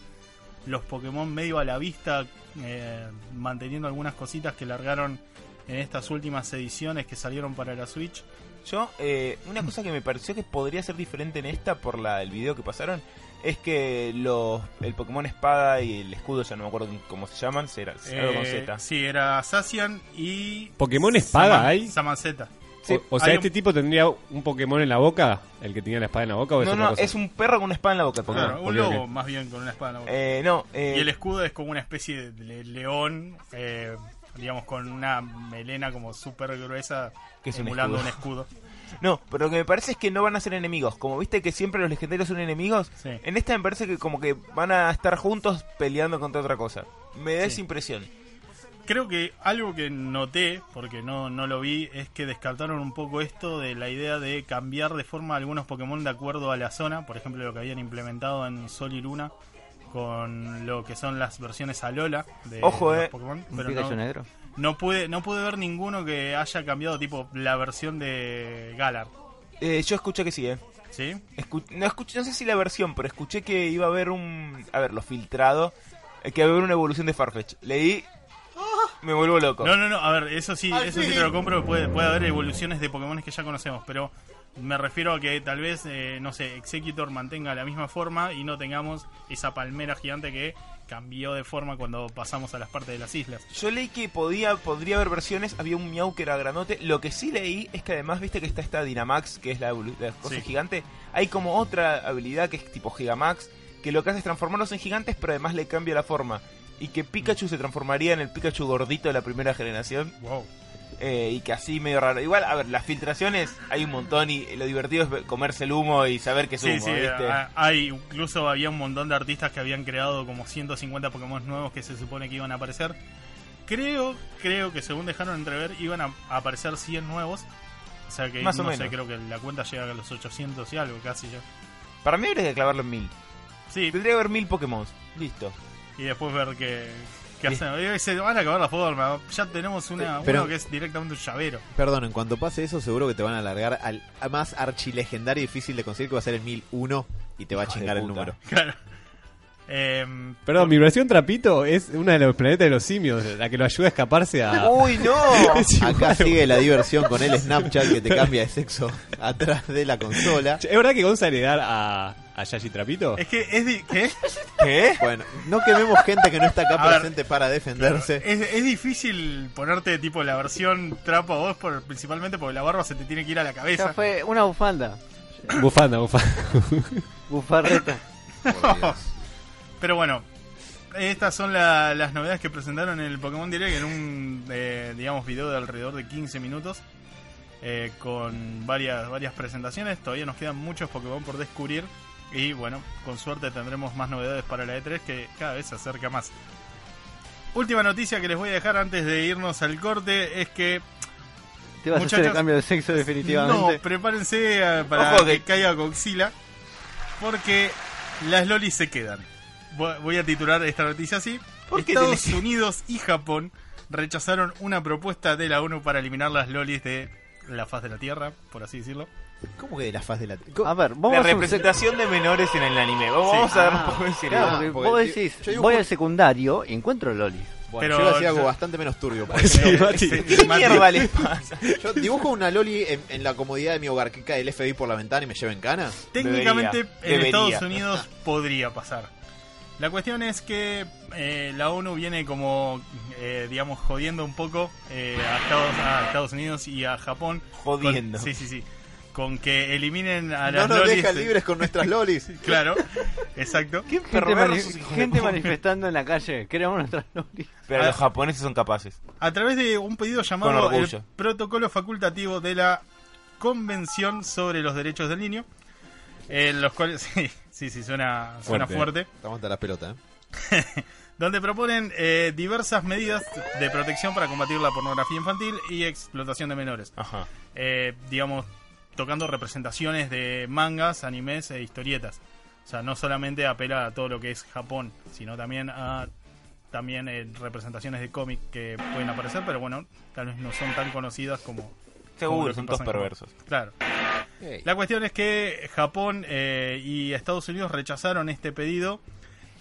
S3: los Pokémon medio a la vista, eh, manteniendo algunas cositas que largaron en estas últimas ediciones que salieron para la Switch.
S5: Yo, eh, una cosa que me pareció que podría ser diferente en esta por la, el video que pasaron es que los, el Pokémon Espada y el Escudo, ya no me acuerdo cómo se llaman, será algo con
S3: Eh,
S5: Z.
S3: sí, era Sacian y...
S6: ¿Pokémon espada
S3: Saman-
S6: hay?
S3: Samanceta.
S5: Sí,
S6: o, o sea,
S3: hay
S6: este tipo tendría un Pokémon en la boca, el que tenía la espada en la boca, o es
S5: No,
S6: otra
S5: no,
S6: cosa?
S5: es un perro con una espada en la boca. el Pokémon.
S3: Claro, un
S6: ok,
S3: lobo
S6: ok.
S3: más bien con una espada. en la boca.
S5: Eh, no, eh,
S3: Y el escudo es como una especie de le- león, eh, digamos, con una melena como súper gruesa,
S5: Que es un
S3: simulando un
S5: escudo.
S3: escudo.
S5: no, pero lo que me parece es que no van a ser enemigos. Como viste que siempre los legendarios son enemigos,
S3: Sí.
S5: en esta me parece que como que van a estar juntos peleando contra otra cosa. Me da
S3: Sí.
S5: esa impresión.
S3: Creo que algo que noté, porque no, no lo vi, es que descartaron un poco esto de la idea de cambiar de forma algunos Pokémon de acuerdo a la zona. Por ejemplo, lo que habían implementado en Sol y Luna con lo que son las versiones Alola de,
S5: Ojo,
S3: de los
S5: eh,
S3: Pokémon.
S4: Un
S3: pero
S4: Pikachu
S3: no-
S4: negro.
S3: no pude, no pude ver ninguno que haya cambiado, tipo la versión de Galar.
S5: Eh, yo escuché que sí, ¿eh?
S3: ¿Sí?
S5: Escu- no, escuché, no sé si la versión, pero escuché que iba a haber un... A ver, lo filtrado. eh, Que iba a haber una evolución de Farfetch. Leí... Me vuelvo loco.
S3: No, no, no, a ver, eso sí, eso sí te lo compro, puede, puede haber evoluciones de Pokémon que ya conocemos, pero me refiero a que tal vez, eh, no sé, Executor mantenga la misma forma y no tengamos esa palmera gigante que cambió de forma cuando pasamos a las partes de las islas.
S5: Yo leí que podía, podría haber versiones, había un Miau que era grandote. Lo que sí leí es que además, viste que está esta Dynamax, que es la, evolu- la cosa
S3: Sí.
S5: gigante. Hay como otra habilidad que es tipo Gigamax, que lo que hace es transformarlos en gigantes, pero además le cambia la forma. Y que Pikachu se transformaría en el Pikachu gordito de la primera generación.
S3: Wow.
S5: eh, y que así medio raro. Igual, a ver, las filtraciones hay un montón y lo divertido es comerse el humo y saber que es
S3: Sí,
S5: humo,
S3: sí, ah,
S5: ¿viste?
S3: a- hay, incluso había un montón de artistas que habían creado como 150 Pokémon nuevos que se supone que iban a aparecer. Creo, creo que según dejaron entrever, iban a a aparecer 100 nuevos. O sea que,
S5: Más o
S3: no sé,
S5: menos.
S3: creo que la cuenta llega a los 800 y algo, casi ya.
S5: Para mí habría que clavarlo en mil.
S3: Sí,
S5: Tendría que haber mil Pokémon. Listo.
S3: y después ver qué, qué hacen. Eh, Se van a acabar la forma. Ya tenemos una,
S8: Pero-
S3: uno que es directamente un llavero.
S8: Perdón, en cuanto pase eso, seguro que te van a alargar al a más archilegendario y difícil de conseguir, que va a ser el 1001 y te va a
S5: Hijo de
S8: chingar el
S5: puta.
S8: número.
S3: Claro. Em,
S6: Perdón, mi versión trapito es una de los planetas de los simios, la que lo ayuda a escaparse a...
S5: ¡Uy, no!
S6: Es igual.
S8: Acá sigue la diversión con el Snapchat que te cambia de sexo atrás de la consola.
S6: Che, ¿Es verdad que Gonza le da a, a Yashi Trapito?
S3: es que es, di- ¿qué?
S5: ¿Qué?
S8: Bueno, no quememos gente que no está acá
S3: A ver.
S8: presente para defenderse.
S3: Es, es difícil ponerte tipo la versión trapa vos por, principalmente porque la barba se te tiene que ir a la
S4: Ya
S3: cabeza.
S4: fue una bufanda.
S6: Bufanda, bufanda.
S4: Bufarreta.
S8: Por Dios.
S3: Pero bueno, estas son la- las novedades que presentaron en el Pokémon Direct en un, eh, digamos, video de alrededor de 15 minutos. eh, con varias, varias presentaciones. Todavía nos quedan muchos Pokémon por descubrir. Y bueno, con suerte tendremos más novedades para la E3 que cada vez se acerca más. Última noticia que les voy a dejar antes de irnos al corte es que
S4: Te vas a hacer
S3: Muchachos,
S4: el cambio de sexo definitivamente.
S3: no, prepárense eh, para
S5: Ojo
S3: que...
S5: que-
S3: caiga coxila. Porque las lolis se quedan. Voy voy a titular esta noticia así.
S5: ¿Por qué
S3: Estados
S5: tenés que-
S3: Unidos y Japón rechazaron una propuesta de la ONU para eliminar las lolis de la faz de la Tierra, por así decirlo.
S8: ¿Cómo que de la faz de la tierra?
S4: A ver, vamos
S5: La
S4: a hacer-
S5: representación de menores en el anime. Vamos, vamos
S3: Sí.
S5: a dar un
S4: Ah,
S5: poco en serio.
S4: Claro,
S8: Ah,
S4: porque
S8: porque
S4: vos
S8: yo-
S4: decís,
S8: yo digo
S4: voy
S8: por-
S4: al secundario y encuentro Lolis.
S8: Bueno,
S3: Pero-
S8: yo lo hacía algo
S3: yo-
S8: bastante menos turbio.
S6: Sí, Mati.
S3: Se-
S5: ¿Qué
S3: se mantiene-
S5: mierda les pasa?
S8: Yo dibujo una Loli en, en la comodidad de mi hogar que cae el FBI por la ventana y me lleva en cana.
S3: Técnicamente
S5: Debería,
S3: en
S5: debería.
S3: Estados Unidos podría pasar. La cuestión es que eh, la ONU viene como, eh, digamos, jodiendo un poco eh, a, Estados, a Estados Unidos y a Japón. con-
S5: Jodiendo.
S3: sí, sí, sí. Con que eliminen a
S8: No
S3: las
S8: nos
S3: lolis.
S8: dejan libres con nuestras Lolis.
S3: Claro, exacto.
S5: Qué
S4: Gente, mani-
S5: perversos hijos de
S4: gente
S5: puta.
S4: manifestando en la calle, queremos nuestras Lolis.
S5: Pero los japoneses son capaces.
S3: A través de un pedido llamado
S5: orgullo.
S3: el Protocolo Facultativo de la Convención sobre los Derechos del Niño, en los cuales, sí, sí, sí, suena, suena
S6: Fuerte.
S3: fuerte.
S8: Estamos hasta la pelota, ¿eh?
S3: donde proponen eh, diversas medidas de protección para combatir la pornografía infantil y explotación de menores.
S5: Ajá.
S3: Eh, digamos, tocando representaciones de mangas, animes e historietas. O sea, no solamente apela a todo lo que es Japón, sino también a también eh, representaciones de cómic que pueden aparecer, pero bueno, tal vez no son tan conocidas como... como lo
S5: Seguro,
S3: que
S5: son todos
S3: pasa en Japón.
S5: perversos.
S3: Claro. La cuestión es que Japón eh, y Estados Unidos rechazaron este pedido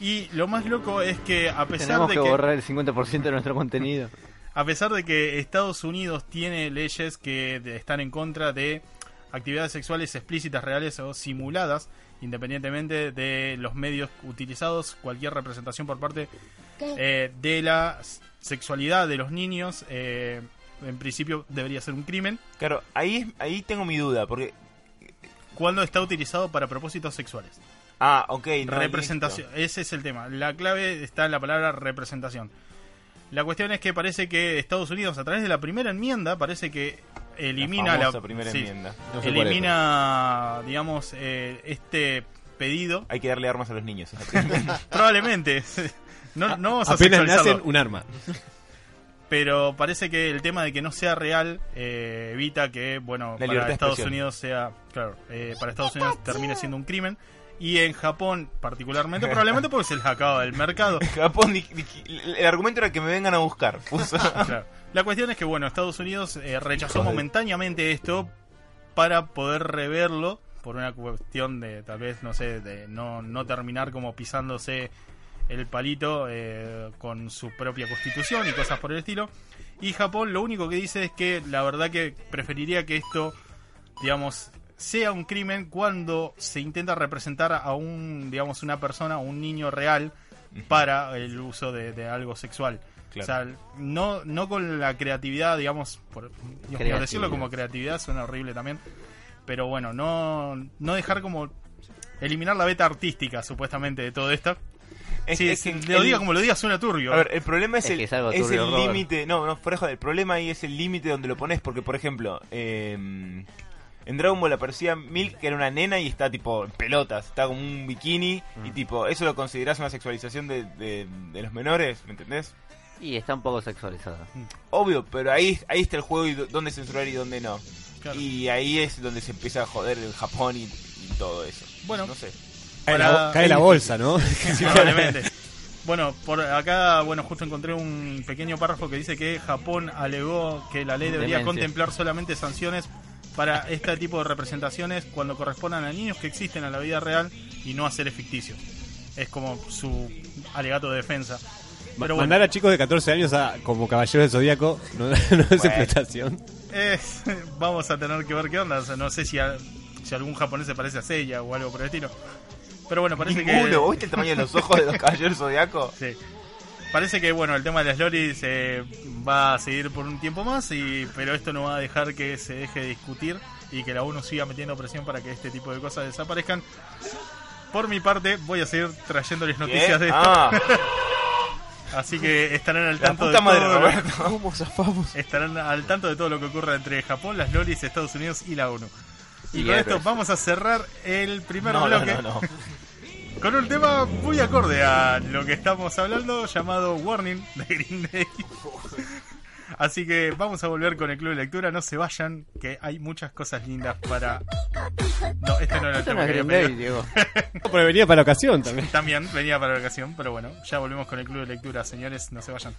S3: y lo más loco es que a pesar
S4: Tenemos
S3: de
S4: que,
S3: que
S4: borrar el 50% de nuestro contenido.
S3: a pesar de que Estados Unidos tiene leyes que de- están en contra de actividades sexuales explícitas, reales o simuladas, independientemente de los medios utilizados, cualquier representación por parte eh, de la s- sexualidad de los niños, eh, en principio debería ser un crimen,
S5: Claro, ahí, es- ahí tengo mi duda, porque...
S3: cuando está utilizado para propósitos sexuales.
S5: Ah, ok. no,
S3: representación. Ese es el tema. La clave está en la palabra representación. La cuestión es que parece que Estados Unidos, a través de la primera enmienda, parece que
S5: listo.
S3: elimina la,
S5: famosa primera
S3: sí,
S5: enmienda.
S8: No sé cuál es.
S3: elimina, digamos, eh, este pedido.
S5: Hay que darle armas a los niños.
S3: Probablemente. Ah, No, no vamos a
S6: Apenas nacen
S3: sexualizarlo.
S6: un arma.
S3: Pero parece que el tema de que no sea real eh, evita que, bueno,
S5: La libertad
S3: para
S5: de
S3: Estados
S5: expresión.
S3: Unidos sea, claro, eh, para Estados Unidos termine siendo un crimen. Y en Japón, particularmente, probablemente porque se les acaba del mercado.
S5: Japón, di- di- el argumento era que me vengan a buscar. Puso.
S3: Claro. La cuestión es que, bueno, Estados Unidos eh, rechazó momentáneamente esto para poder reverlo por una cuestión de, tal vez, no sé, de no, no terminar como pisándose el palito eh, con su propia constitución y cosas por el estilo. Y Japón lo único que dice es que la verdad que preferiría que esto, digamos, sea un crimen cuando se intenta representar a un, digamos, una persona, un niño real para el uso de, de algo sexual.
S5: Claro.
S3: O sea, no, no con la creatividad, digamos, por Dios mío,
S4: Creatividad.
S3: decirlo como creatividad suena horrible también. Pero bueno, no, no dejar como eliminar la beta artística supuestamente de todo esto.
S5: Es-
S3: Sí,
S5: es
S3: sí,
S5: que
S3: lo
S5: el-
S3: diga como lo diga suena turbio.
S5: A ver, el problema es,
S4: Es
S5: el,
S4: que es algo
S5: es
S4: turbio,
S5: el
S4: Robert.
S5: límite. No, no, fuera de joda, el problema ahí es el límite donde lo pones. Porque, por ejemplo, eh, en Dragon Ball aparecía Milk, que era una nena y está tipo en pelotas, está como un bikini.
S3: Mm.
S5: Y tipo, ¿eso lo considerás una sexualización de, de- de los menores? ¿Me entendés?
S4: Y está un poco sexualizada.
S5: Obvio, pero ahí, ahí está el juego y do- dónde censurar y dónde no.
S3: Claro.
S5: Y ahí es donde se empieza a joder el Japón y, y todo eso.
S3: Bueno.
S5: no sé.
S6: Cae,
S3: Para-
S6: la, cae la bolsa, ¿no?
S3: Probablemente. Bueno, por acá, bueno, justo encontré un pequeño párrafo que dice que Japón alegó que la ley debería
S4: Demencia.
S3: contemplar solamente sanciones para este tipo de representaciones cuando correspondan a niños que existen a la vida real y no a seres ficticios. Es como su alegato de defensa.
S6: Ma-
S3: Pero
S6: Mandar
S3: bueno,
S6: a chicos de 14 años a, como caballeros del zodíaco no, no es explotación.
S3: es- vamos a tener que ver qué onda. O sea, no sé si, a- si algún japonés se parece a Seiya o algo por el estilo. Pero bueno, parece
S5: Ninguno,
S3: que...
S5: ¿vos ¿viste el tamaño de los ojos de los caballeros zodiaco?
S3: Sí. Parece que bueno, el tema de las lolis eh, va a seguir por un tiempo más, y, pero esto no va a dejar que se deje de discutir y que la ONU siga metiendo presión para que este tipo de cosas desaparezcan. Por mi parte, voy a seguir trayéndoles noticias
S5: ¿Qué?
S3: de esto,
S5: Ah,
S3: así que estarán al
S5: la
S3: tanto
S5: puta
S3: de
S5: madre,
S3: todo,
S5: Roberto.
S3: estarán al tanto de todo lo que ocurra entre Japón, las lolis, Estados Unidos y la ONU. Y
S5: Y
S3: con esto
S5: héroes.
S3: vamos a cerrar el primer
S5: No, no,
S3: bloque
S5: no, no.
S3: con un tema muy acorde a lo que estamos hablando llamado Warning de Green Day. Así que vamos a volver con el club de lectura. No se vayan, que hay muchas cosas lindas para. No, este no era el
S4: Esto no
S3: tema
S4: es
S3: que
S4: Green
S3: había
S4: Day,
S3: pedido.
S4: Diego.
S6: Pero venía para la ocasión también.
S3: También venía para la ocasión, pero bueno, ya volvimos con el club de lectura, señores. No se vayan.